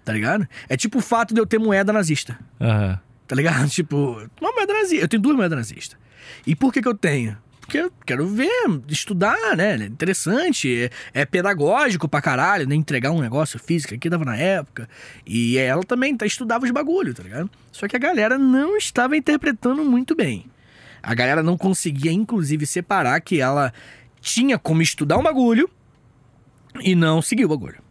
[SPEAKER 3] Tá ligado? É tipo o fato de eu ter moeda nazista.
[SPEAKER 2] Aham.
[SPEAKER 3] Tá ligado? Tipo, uma moeda nazista. Eu tenho duas moedas nazistas. E por que que eu tenho? Porque eu quero ver, estudar, né? É interessante, é, é pedagógico pra caralho, né? Entregar um negócio físico aqui dava na época. E ela também tá, estudava os bagulho, tá ligado? Só que a galera não estava interpretando muito bem. A galera não conseguia, inclusive, separar que ela tinha como estudar um bagulho e não seguir o bagulho.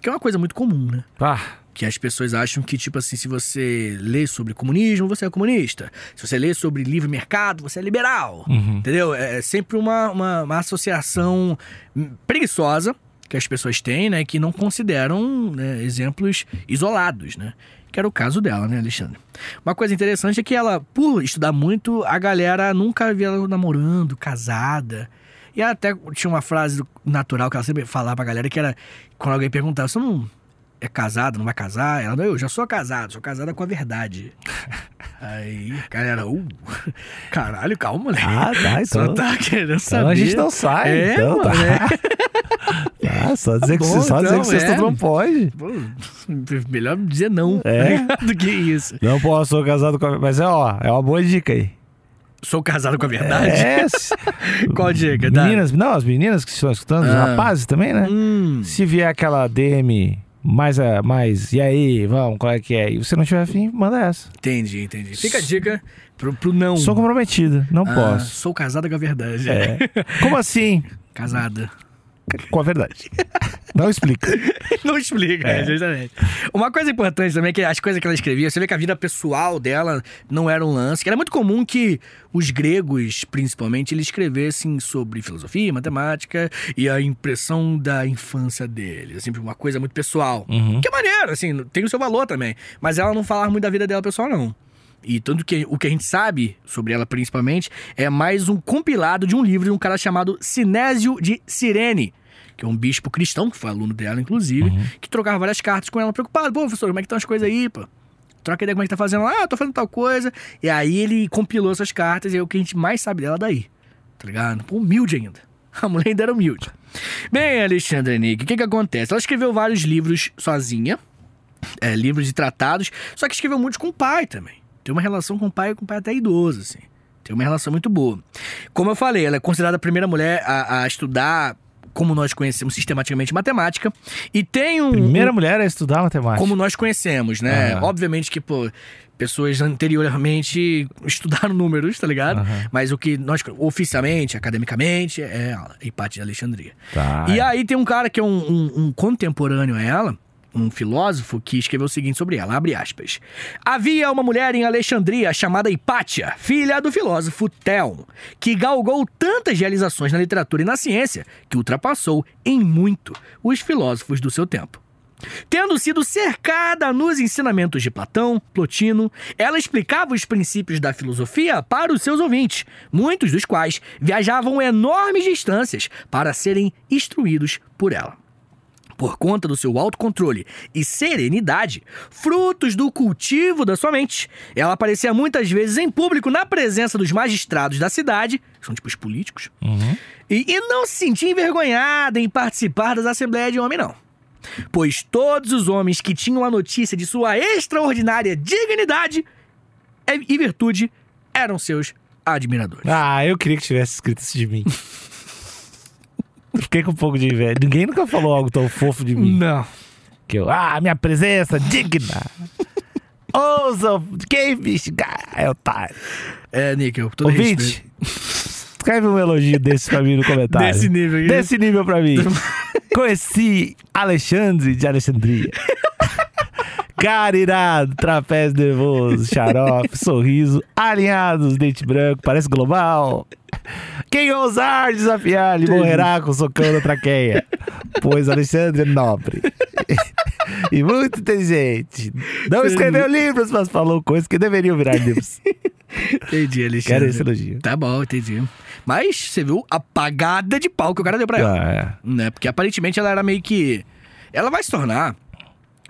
[SPEAKER 3] Que é uma coisa muito comum, né?
[SPEAKER 2] Ah,
[SPEAKER 3] Que as pessoas acham que, tipo assim, se você lê sobre comunismo, você é comunista. Se você lê sobre livre mercado, você é liberal.
[SPEAKER 2] uhum.
[SPEAKER 3] Entendeu? É é sempre uma, uma, uma associação preguiçosa que as pessoas têm, né? Que não consideram né, exemplos isolados, né? Que era o caso dela, né, Alexandre? Uma coisa interessante é que ela, por estudar muito, a galera nunca via ela namorando, casada. E ela até tinha uma frase do- natural que ela sempre falava pra galera, que era quando alguém perguntava, você não é casado, não vai casar? Ela, não, eu já sou casado, sou casada com a verdade. Aí, a galera, uh, caralho, calma, né?
[SPEAKER 2] Ah, tá,
[SPEAKER 3] Só
[SPEAKER 2] então.
[SPEAKER 3] tá querendo saber.
[SPEAKER 2] Então a gente não sai,
[SPEAKER 3] É,
[SPEAKER 2] então tá.
[SPEAKER 3] mano,
[SPEAKER 2] Ah, só dizer que,
[SPEAKER 3] Bom,
[SPEAKER 2] só dizer
[SPEAKER 3] então,
[SPEAKER 2] que vocês
[SPEAKER 3] é.
[SPEAKER 2] não pode.
[SPEAKER 3] Pô, Melhor dizer não né?
[SPEAKER 2] É.
[SPEAKER 3] do que isso.
[SPEAKER 2] Não posso, sou casado com a... Mas é, ó, é uma boa dica aí.
[SPEAKER 3] Sou casado com a verdade?
[SPEAKER 2] É.
[SPEAKER 3] Qual a Ah, dica? Dá.
[SPEAKER 2] meninas, não, as meninas que estão escutando, os
[SPEAKER 3] Ah.
[SPEAKER 2] rapazes também, né?
[SPEAKER 3] Hum,
[SPEAKER 2] Se vier aquela DM mais, a, mais, e aí, vamos, qual é que é? E você não tiver afim, manda essa.
[SPEAKER 3] entendi, entendi. Fica a dica pro, pro não.
[SPEAKER 2] Sou comprometida, não
[SPEAKER 3] Hum. Ah,
[SPEAKER 2] posso.
[SPEAKER 3] Sou casada com a verdade.
[SPEAKER 2] É. Como assim?
[SPEAKER 3] Casada.
[SPEAKER 2] Com a verdade. Não explica.
[SPEAKER 3] Não explica, é. justamente. Uma coisa importante também é que as coisas que ela escrevia, você vê que a vida pessoal dela não era um lance, que era muito comum que os gregos, principalmente, eles escrevessem sobre filosofia, matemática e a impressão da infância deles. Sempre uma coisa muito pessoal.
[SPEAKER 2] Uhum.
[SPEAKER 3] Que é maneiro, assim, tem o seu valor também. Mas ela não falava muito da vida dela pessoal, não. E tanto que o que a gente sabe sobre ela, principalmente, é mais um compilado de um livro de um cara chamado Sinésio de Cirene, que é um bispo cristão, que foi aluno dela, inclusive, que trocava várias cartas com ela, preocupado. Pô, professor, como é que estão as coisas aí, pô? Troca ideia como é que tá fazendo. Ah, tô fazendo tal coisa. E aí ele compilou essas cartas e é o que a gente mais sabe dela daí. Tá ligado? Pô, humilde ainda. A mulher ainda era humilde. Bem, Alexandra Nick, o que que acontece? Ela escreveu vários livros sozinha, é, livros e tratados, só que escreveu muitos com o pai também. Tem uma relação com o pai, com o pai até idoso, assim. Tem uma relação muito boa. Como eu falei, ela é considerada a primeira mulher a, a estudar como nós conhecemos sistematicamente matemática, e tem um.
[SPEAKER 2] Primeira mulher a estudar matemática.
[SPEAKER 3] como nós conhecemos, né?
[SPEAKER 2] Aham.
[SPEAKER 3] Obviamente que, pô, pessoas anteriormente estudaram números, tá ligado?
[SPEAKER 2] Aham.
[SPEAKER 3] Mas o que nós, oficialmente, academicamente, é ela, Hipátia de Alexandria.
[SPEAKER 2] Tá.
[SPEAKER 3] E aí tem um cara que é um, um- um contemporâneo a ela, um filósofo, que escreveu o seguinte sobre ela, abre aspas. Havia uma mulher em Alexandria chamada Hipátia, filha do filósofo Theon, que galgou tantas realizações na literatura e na ciência que ultrapassou em muito os filósofos do seu tempo. Tendo sido cercada nos ensinamentos de Platão, Plotino, ela explicava os princípios da filosofia para os seus ouvintes, muitos dos quais viajavam enormes distâncias para serem instruídos por ela. Por conta do seu autocontrole e serenidade, frutos do cultivo da sua mente, ela aparecia muitas vezes em público na presença dos magistrados da cidade, que são tipo os políticos,
[SPEAKER 2] Uhum.
[SPEAKER 3] e, e não se sentia envergonhada em participar das assembleias de homem, não. Pois todos os homens que tinham a notícia de sua extraordinária dignidade e e virtude eram seus admiradores.
[SPEAKER 2] Ah, eu queria que tivesse escrito isso de mim. Fiquei com um pouco de inveja. Ninguém nunca falou algo tão fofo de mim.
[SPEAKER 3] Não.
[SPEAKER 2] Que eu, ah, minha presença digna. Ousa, quem me xingar é otário.
[SPEAKER 3] É, Níquel, todo respeito.
[SPEAKER 2] Ouvinte, escreve um elogio desse pra mim no comentário.
[SPEAKER 3] Desse nível aí.
[SPEAKER 2] Desse nível pra mim. Conheci Alexandre de Alexandria. Cara irado, trapézio nervoso, xarope, sorriso, alinhados, dente branco, parece global. Quem ousar desafiar, lhe morrerá com o socão da traqueia. Pois Alexandre é nobre. e muito inteligente. Não escreveu livros, mas falou coisas que deveriam virar livros.
[SPEAKER 3] Entendi, Alexandre.
[SPEAKER 2] Quero esse elogio.
[SPEAKER 3] Tá bom, entendi. Mas você viu a pagada de pau que o cara deu pra ela.
[SPEAKER 2] Ah,
[SPEAKER 3] né? Porque aparentemente ela era meio que. Ela vai se tornar,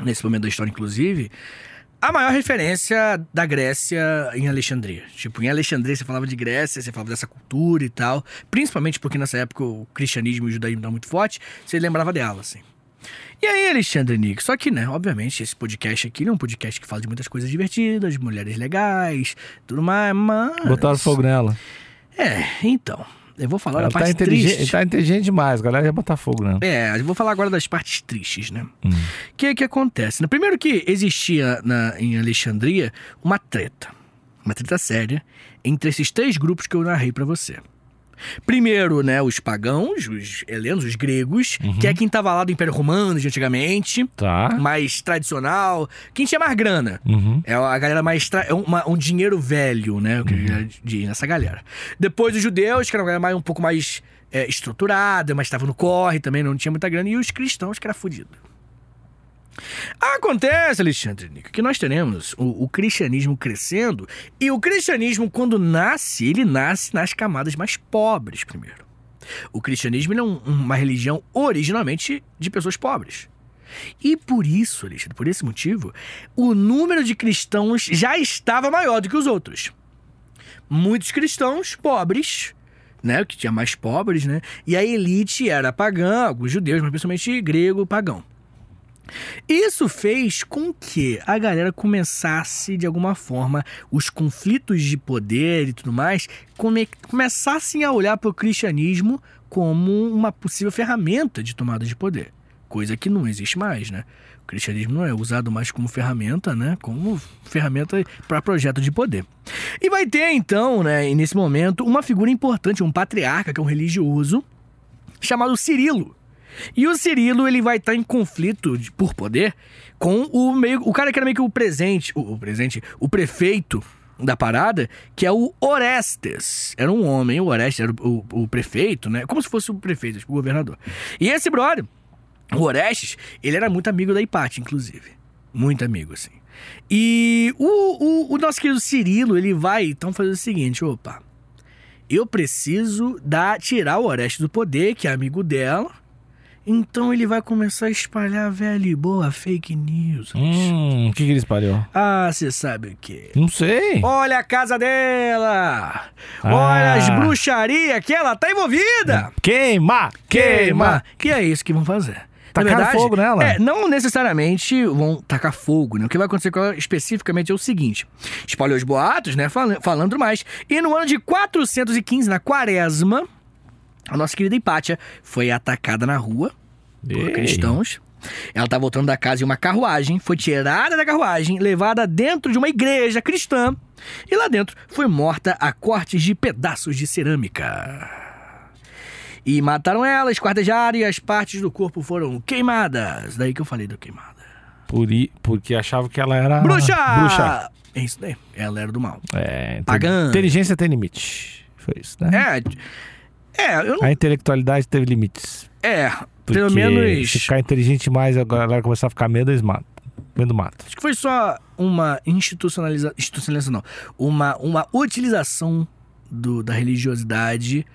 [SPEAKER 3] nesse momento da história, inclusive, a maior referência da Grécia em Alexandria. Tipo, em Alexandria você falava de Grécia, você falava dessa cultura e tal. Principalmente porque nessa época o cristianismo e o judaísmo estavam muito forte, você lembrava dela, assim. E aí, Alexandre Nick? Só que, né, obviamente, esse podcast aqui ele é um podcast que fala de muitas coisas divertidas, mulheres legais, tudo mais, mas.
[SPEAKER 2] é. Botaram fogo nela.
[SPEAKER 3] É, então. Eu vou falar da
[SPEAKER 2] Ela tá,
[SPEAKER 3] parte
[SPEAKER 2] inteligente,
[SPEAKER 3] triste.
[SPEAKER 2] tá inteligente demais, a galera ia botar fogo nela.
[SPEAKER 3] É, eu vou falar agora das partes tristes, né? O que que acontece? né? Primeiro que existia na- em Alexandria uma treta, uma treta séria, entre esses três grupos que eu narrei pra você. Primeiro, né, os pagãos, os helenos, os gregos, que é quem tava lá do Império Romano de antigamente,
[SPEAKER 2] Tá.
[SPEAKER 3] mais tradicional, quem tinha mais grana.
[SPEAKER 2] Uhum.
[SPEAKER 3] É a galera mais. Tra... É uma- um dinheiro velho, né? O que uhum. diz nessa galera. Depois os judeus, que era uma galera mais, um pouco mais é, estruturada, mas estava no corre também, não tinha muita grana. E os cristãos, que era fudido. Acontece, Alexandre Nico, que nós teremos o, o cristianismo crescendo. E o cristianismo, quando nasce, ele nasce nas camadas mais pobres primeiro. O cristianismo ele é um- uma religião originalmente de pessoas pobres. E por isso, Alexandre, por esse motivo, o número de cristãos já estava maior do que os outros. Muitos cristãos pobres, né? O que tinha mais pobres, né? E a elite era pagã, alguns judeus, mas principalmente grego, pagão. Isso fez com que a galera começasse, de alguma forma, os conflitos de poder e tudo mais, come- começassem a olhar para o cristianismo como uma possível ferramenta de tomada de poder. Coisa que não existe mais, né? O cristianismo não é usado mais como ferramenta, né? Como ferramenta para projeto de poder. E vai ter, então, né, e nesse momento, uma figura importante, um patriarca, que é um religioso, chamado Cirilo. E o Cirilo, ele vai estar em conflito de- por poder com o meio. O cara que era meio que o presente. O, o presente. O prefeito da parada, que é o Orestes. Era um homem, o Orestes era o, o- o prefeito, né? Como se fosse o prefeito, tipo, o governador. E esse brother, o Orestes, ele era muito amigo da Hipátia, inclusive. Muito amigo, assim. E o, o- o nosso querido Cirilo, ele vai então fazer o seguinte: opa, eu preciso dar, tirar o Orestes do poder, que é amigo dela. Então ele vai começar a espalhar a velha e boa fake news.
[SPEAKER 2] Hum, o que, que ele espalhou?
[SPEAKER 3] Ah, você sabe o quê?
[SPEAKER 2] Não sei.
[SPEAKER 3] Olha a casa dela!
[SPEAKER 2] Ah.
[SPEAKER 3] Olha as bruxarias que ela tá envolvida!
[SPEAKER 2] Queima!
[SPEAKER 3] Queima!
[SPEAKER 2] Queima!
[SPEAKER 3] Que é isso que vão fazer.
[SPEAKER 2] Tacar fogo nela.
[SPEAKER 3] É, não necessariamente vão tacar fogo, né? O que vai acontecer com ela especificamente é o seguinte: espalhou os boatos, né? Fala- falando mais. E no ano de 415, na quaresma, A nossa querida Hipátia foi atacada na rua por
[SPEAKER 2] Ei.
[SPEAKER 3] cristãos. Ela tá voltando da casa em uma carruagem, foi tirada da carruagem, levada dentro de uma igreja cristã e lá dentro foi morta a cortes de pedaços de cerâmica. E mataram ela, esquartejaram e as partes do corpo foram queimadas. Daí que eu falei do queimada.
[SPEAKER 2] Por i- porque achava que ela era.
[SPEAKER 3] Bruxa!
[SPEAKER 2] Ah, Bruxa!
[SPEAKER 3] É isso daí. Ela era do mal.
[SPEAKER 2] É, inte-
[SPEAKER 3] Pagã.
[SPEAKER 2] Inteligência tem limite. Foi isso, né?
[SPEAKER 3] É. É, eu não.
[SPEAKER 2] A intelectualidade teve limites.
[SPEAKER 3] É, pelo
[SPEAKER 2] porque
[SPEAKER 3] menos.
[SPEAKER 2] Se ficar inteligente demais, a galera começar a ficar medo, eles matam. Medo mata.
[SPEAKER 3] Acho que foi só uma institucionalização. Institucionalização não. Uma, uma utilização do, da religiosidade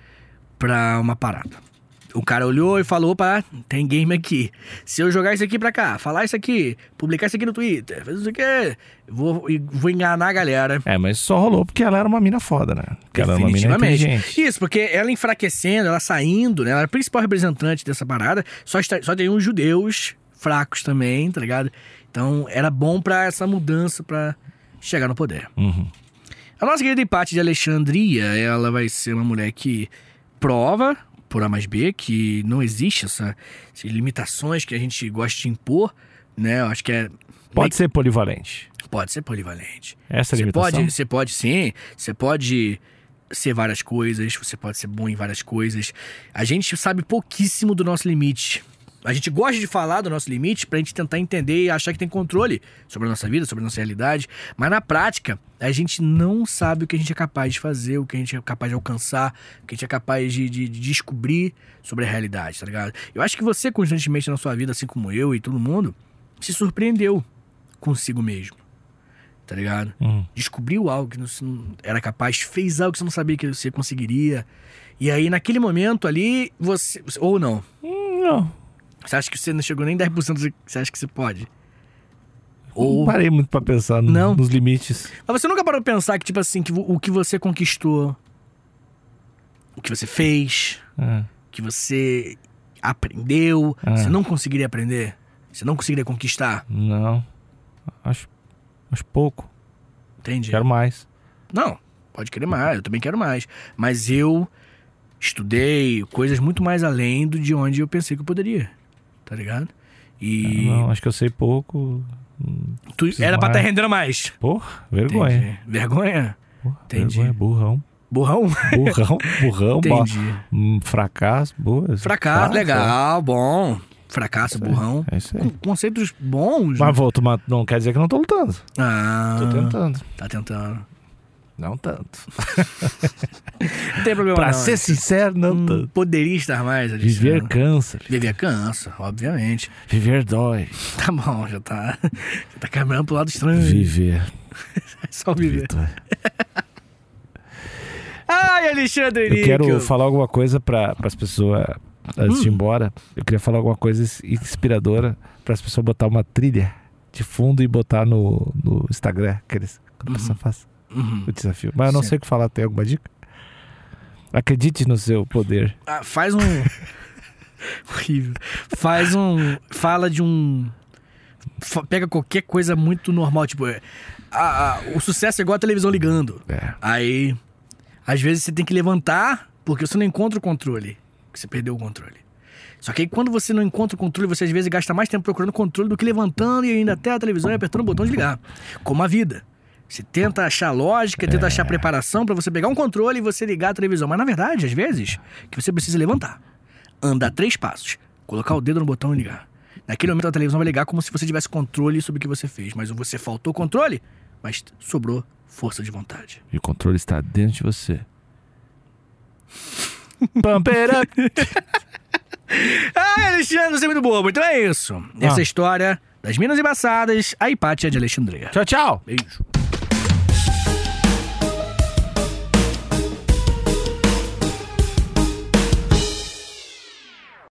[SPEAKER 3] pra uma parada. O cara olhou e falou: opa, tem game aqui. Se eu jogar isso aqui pra cá, falar isso aqui, publicar isso aqui no Twitter, fazer isso aqui, vou, vou enganar a galera.
[SPEAKER 2] É, mas só rolou porque ela era uma mina foda, né? Porque ela era uma mina inteligente.
[SPEAKER 3] Isso, porque ela enfraquecendo, ela saindo, né? Ela era a principal representante dessa parada. Só, está, só tem uns judeus fracos também, tá ligado? Então era bom pra essa mudança pra chegar no poder.
[SPEAKER 2] Uhum.
[SPEAKER 3] A nossa querida Hipátia de Alexandria, ela vai ser uma mulher que prova, por A mais B, que não existe essa, essas limitações que a gente gosta de impor, né? Eu acho que é.
[SPEAKER 2] Pode ser polivalente.
[SPEAKER 3] Pode ser polivalente.
[SPEAKER 2] Essa é a
[SPEAKER 3] Você
[SPEAKER 2] limitação.
[SPEAKER 3] pode, você pode sim, você pode ser várias coisas, você pode ser bom em várias coisas. A gente sabe pouquíssimo do nosso limite. A gente gosta de falar do nosso limite pra gente tentar entender e achar que tem controle sobre a nossa vida, sobre a nossa realidade, mas na prática, a gente não sabe o que a gente é capaz de fazer, o que a gente é capaz de alcançar, o que a gente é capaz de, de- de descobrir sobre a realidade, tá ligado? Eu acho que você constantemente na sua vida, assim como eu e todo mundo, se surpreendeu consigo mesmo, tá ligado?
[SPEAKER 2] Uhum.
[SPEAKER 3] descobriu algo que você não era capaz, fez algo que você não sabia que você conseguiria. E aí, naquele momento ali, você. Ou não.
[SPEAKER 2] Hum, Não.
[SPEAKER 3] Você acha que você não chegou nem 10% do que você acha que você pode? Ou.
[SPEAKER 2] Não parei muito pra pensar no-
[SPEAKER 3] Não.
[SPEAKER 2] nos limites.
[SPEAKER 3] Mas você nunca parou pra pensar que, tipo assim, que vo- o que você conquistou, o que você fez,
[SPEAKER 2] É.
[SPEAKER 3] o que você aprendeu,
[SPEAKER 2] Ah.
[SPEAKER 3] você não conseguiria aprender? Você não conseguiria conquistar?
[SPEAKER 2] Não. Acho, acho pouco.
[SPEAKER 3] Entende?
[SPEAKER 2] Quero mais.
[SPEAKER 3] Não, pode querer mais, eu também quero mais. Mas eu estudei coisas muito mais além do de onde eu pensei que eu poderia. Tá ligado?
[SPEAKER 2] É,
[SPEAKER 3] E
[SPEAKER 2] Não, acho que eu sei pouco.
[SPEAKER 3] tu
[SPEAKER 2] preciso
[SPEAKER 3] era pra estar
[SPEAKER 2] mais.
[SPEAKER 3] rendendo mais.
[SPEAKER 2] Porra, vergonha.
[SPEAKER 3] Entendi. Vergonha?
[SPEAKER 2] Porra,
[SPEAKER 3] Entendi.
[SPEAKER 2] vergonha, burrão.
[SPEAKER 3] Burrão?
[SPEAKER 2] Burrão, burrão, bo-
[SPEAKER 3] Entendi.
[SPEAKER 2] hum, fracasso, boa.
[SPEAKER 3] Fracasso,
[SPEAKER 2] Tá,
[SPEAKER 3] legal, bom. Fracasso, burrão. Hum,
[SPEAKER 2] É isso
[SPEAKER 3] Com
[SPEAKER 2] aí.
[SPEAKER 3] conceitos bons.
[SPEAKER 2] Mas vou tomar, não quer dizer que eu não tô lutando.
[SPEAKER 3] Ah,
[SPEAKER 2] Tô tentando.
[SPEAKER 3] tá tentando.
[SPEAKER 2] Não tanto.
[SPEAKER 3] Não tem problema
[SPEAKER 2] Pra
[SPEAKER 3] não. é
[SPEAKER 2] ser sincero, não
[SPEAKER 3] Hum,
[SPEAKER 2] tanto.
[SPEAKER 3] poderia estar mais.
[SPEAKER 2] Viver
[SPEAKER 3] Alexandre.
[SPEAKER 2] câncer,
[SPEAKER 3] Viver cansa, obviamente.
[SPEAKER 2] viver dói,
[SPEAKER 3] Tá bom, já tá. Já tá caminhando pro lado estranho.
[SPEAKER 2] viver,
[SPEAKER 3] É só viver.
[SPEAKER 2] Vitor.
[SPEAKER 3] Ai, Alexandre
[SPEAKER 2] Eu Hum. quero
[SPEAKER 3] Níquel.
[SPEAKER 2] falar alguma coisa para as pessoas antes de ir embora. Eu queria falar alguma coisa ins- inspiradora para as pessoas botar uma trilha de fundo e botar no, no Instagram. Que eles, quando a pessoa faz
[SPEAKER 3] Uhum.
[SPEAKER 2] o desafio. Mas eu não
[SPEAKER 3] Sim.
[SPEAKER 2] sei o que falar. Tem alguma dica? Acredite no seu poder.
[SPEAKER 3] Ah, faz um. Horrível. Faz um. Fala de um. fa- Pega qualquer coisa muito normal. Tipo, é, a- a- o sucesso é igual a televisão ligando.
[SPEAKER 2] É.
[SPEAKER 3] Aí. Às vezes você tem que levantar porque você não encontra o controle. porque Você perdeu o controle. Só que aí quando você não encontra o controle, você às vezes gasta mais tempo procurando controle do que levantando e ainda até a televisão e apertando o botão de ligar. Como a vida. Você tenta achar lógica, tenta achar preparação pra você pegar um controle e você ligar a televisão. Mas na verdade, às vezes, que você precisa levantar, andar três passos, colocar o dedo no botão e ligar. Naquele momento a televisão vai ligar como se você tivesse controle sobre o que você fez. Mas você faltou controle, mas sobrou força de vontade.
[SPEAKER 2] E o controle está dentro de você. Pump it up.
[SPEAKER 3] Ah, Alexandre, você é muito bobo. Então é isso. Essa
[SPEAKER 2] Ah.
[SPEAKER 3] é a história das Minas Embaçadas, a Hipátia de Alexandria.
[SPEAKER 2] Tchau, tchau.
[SPEAKER 3] Beijo.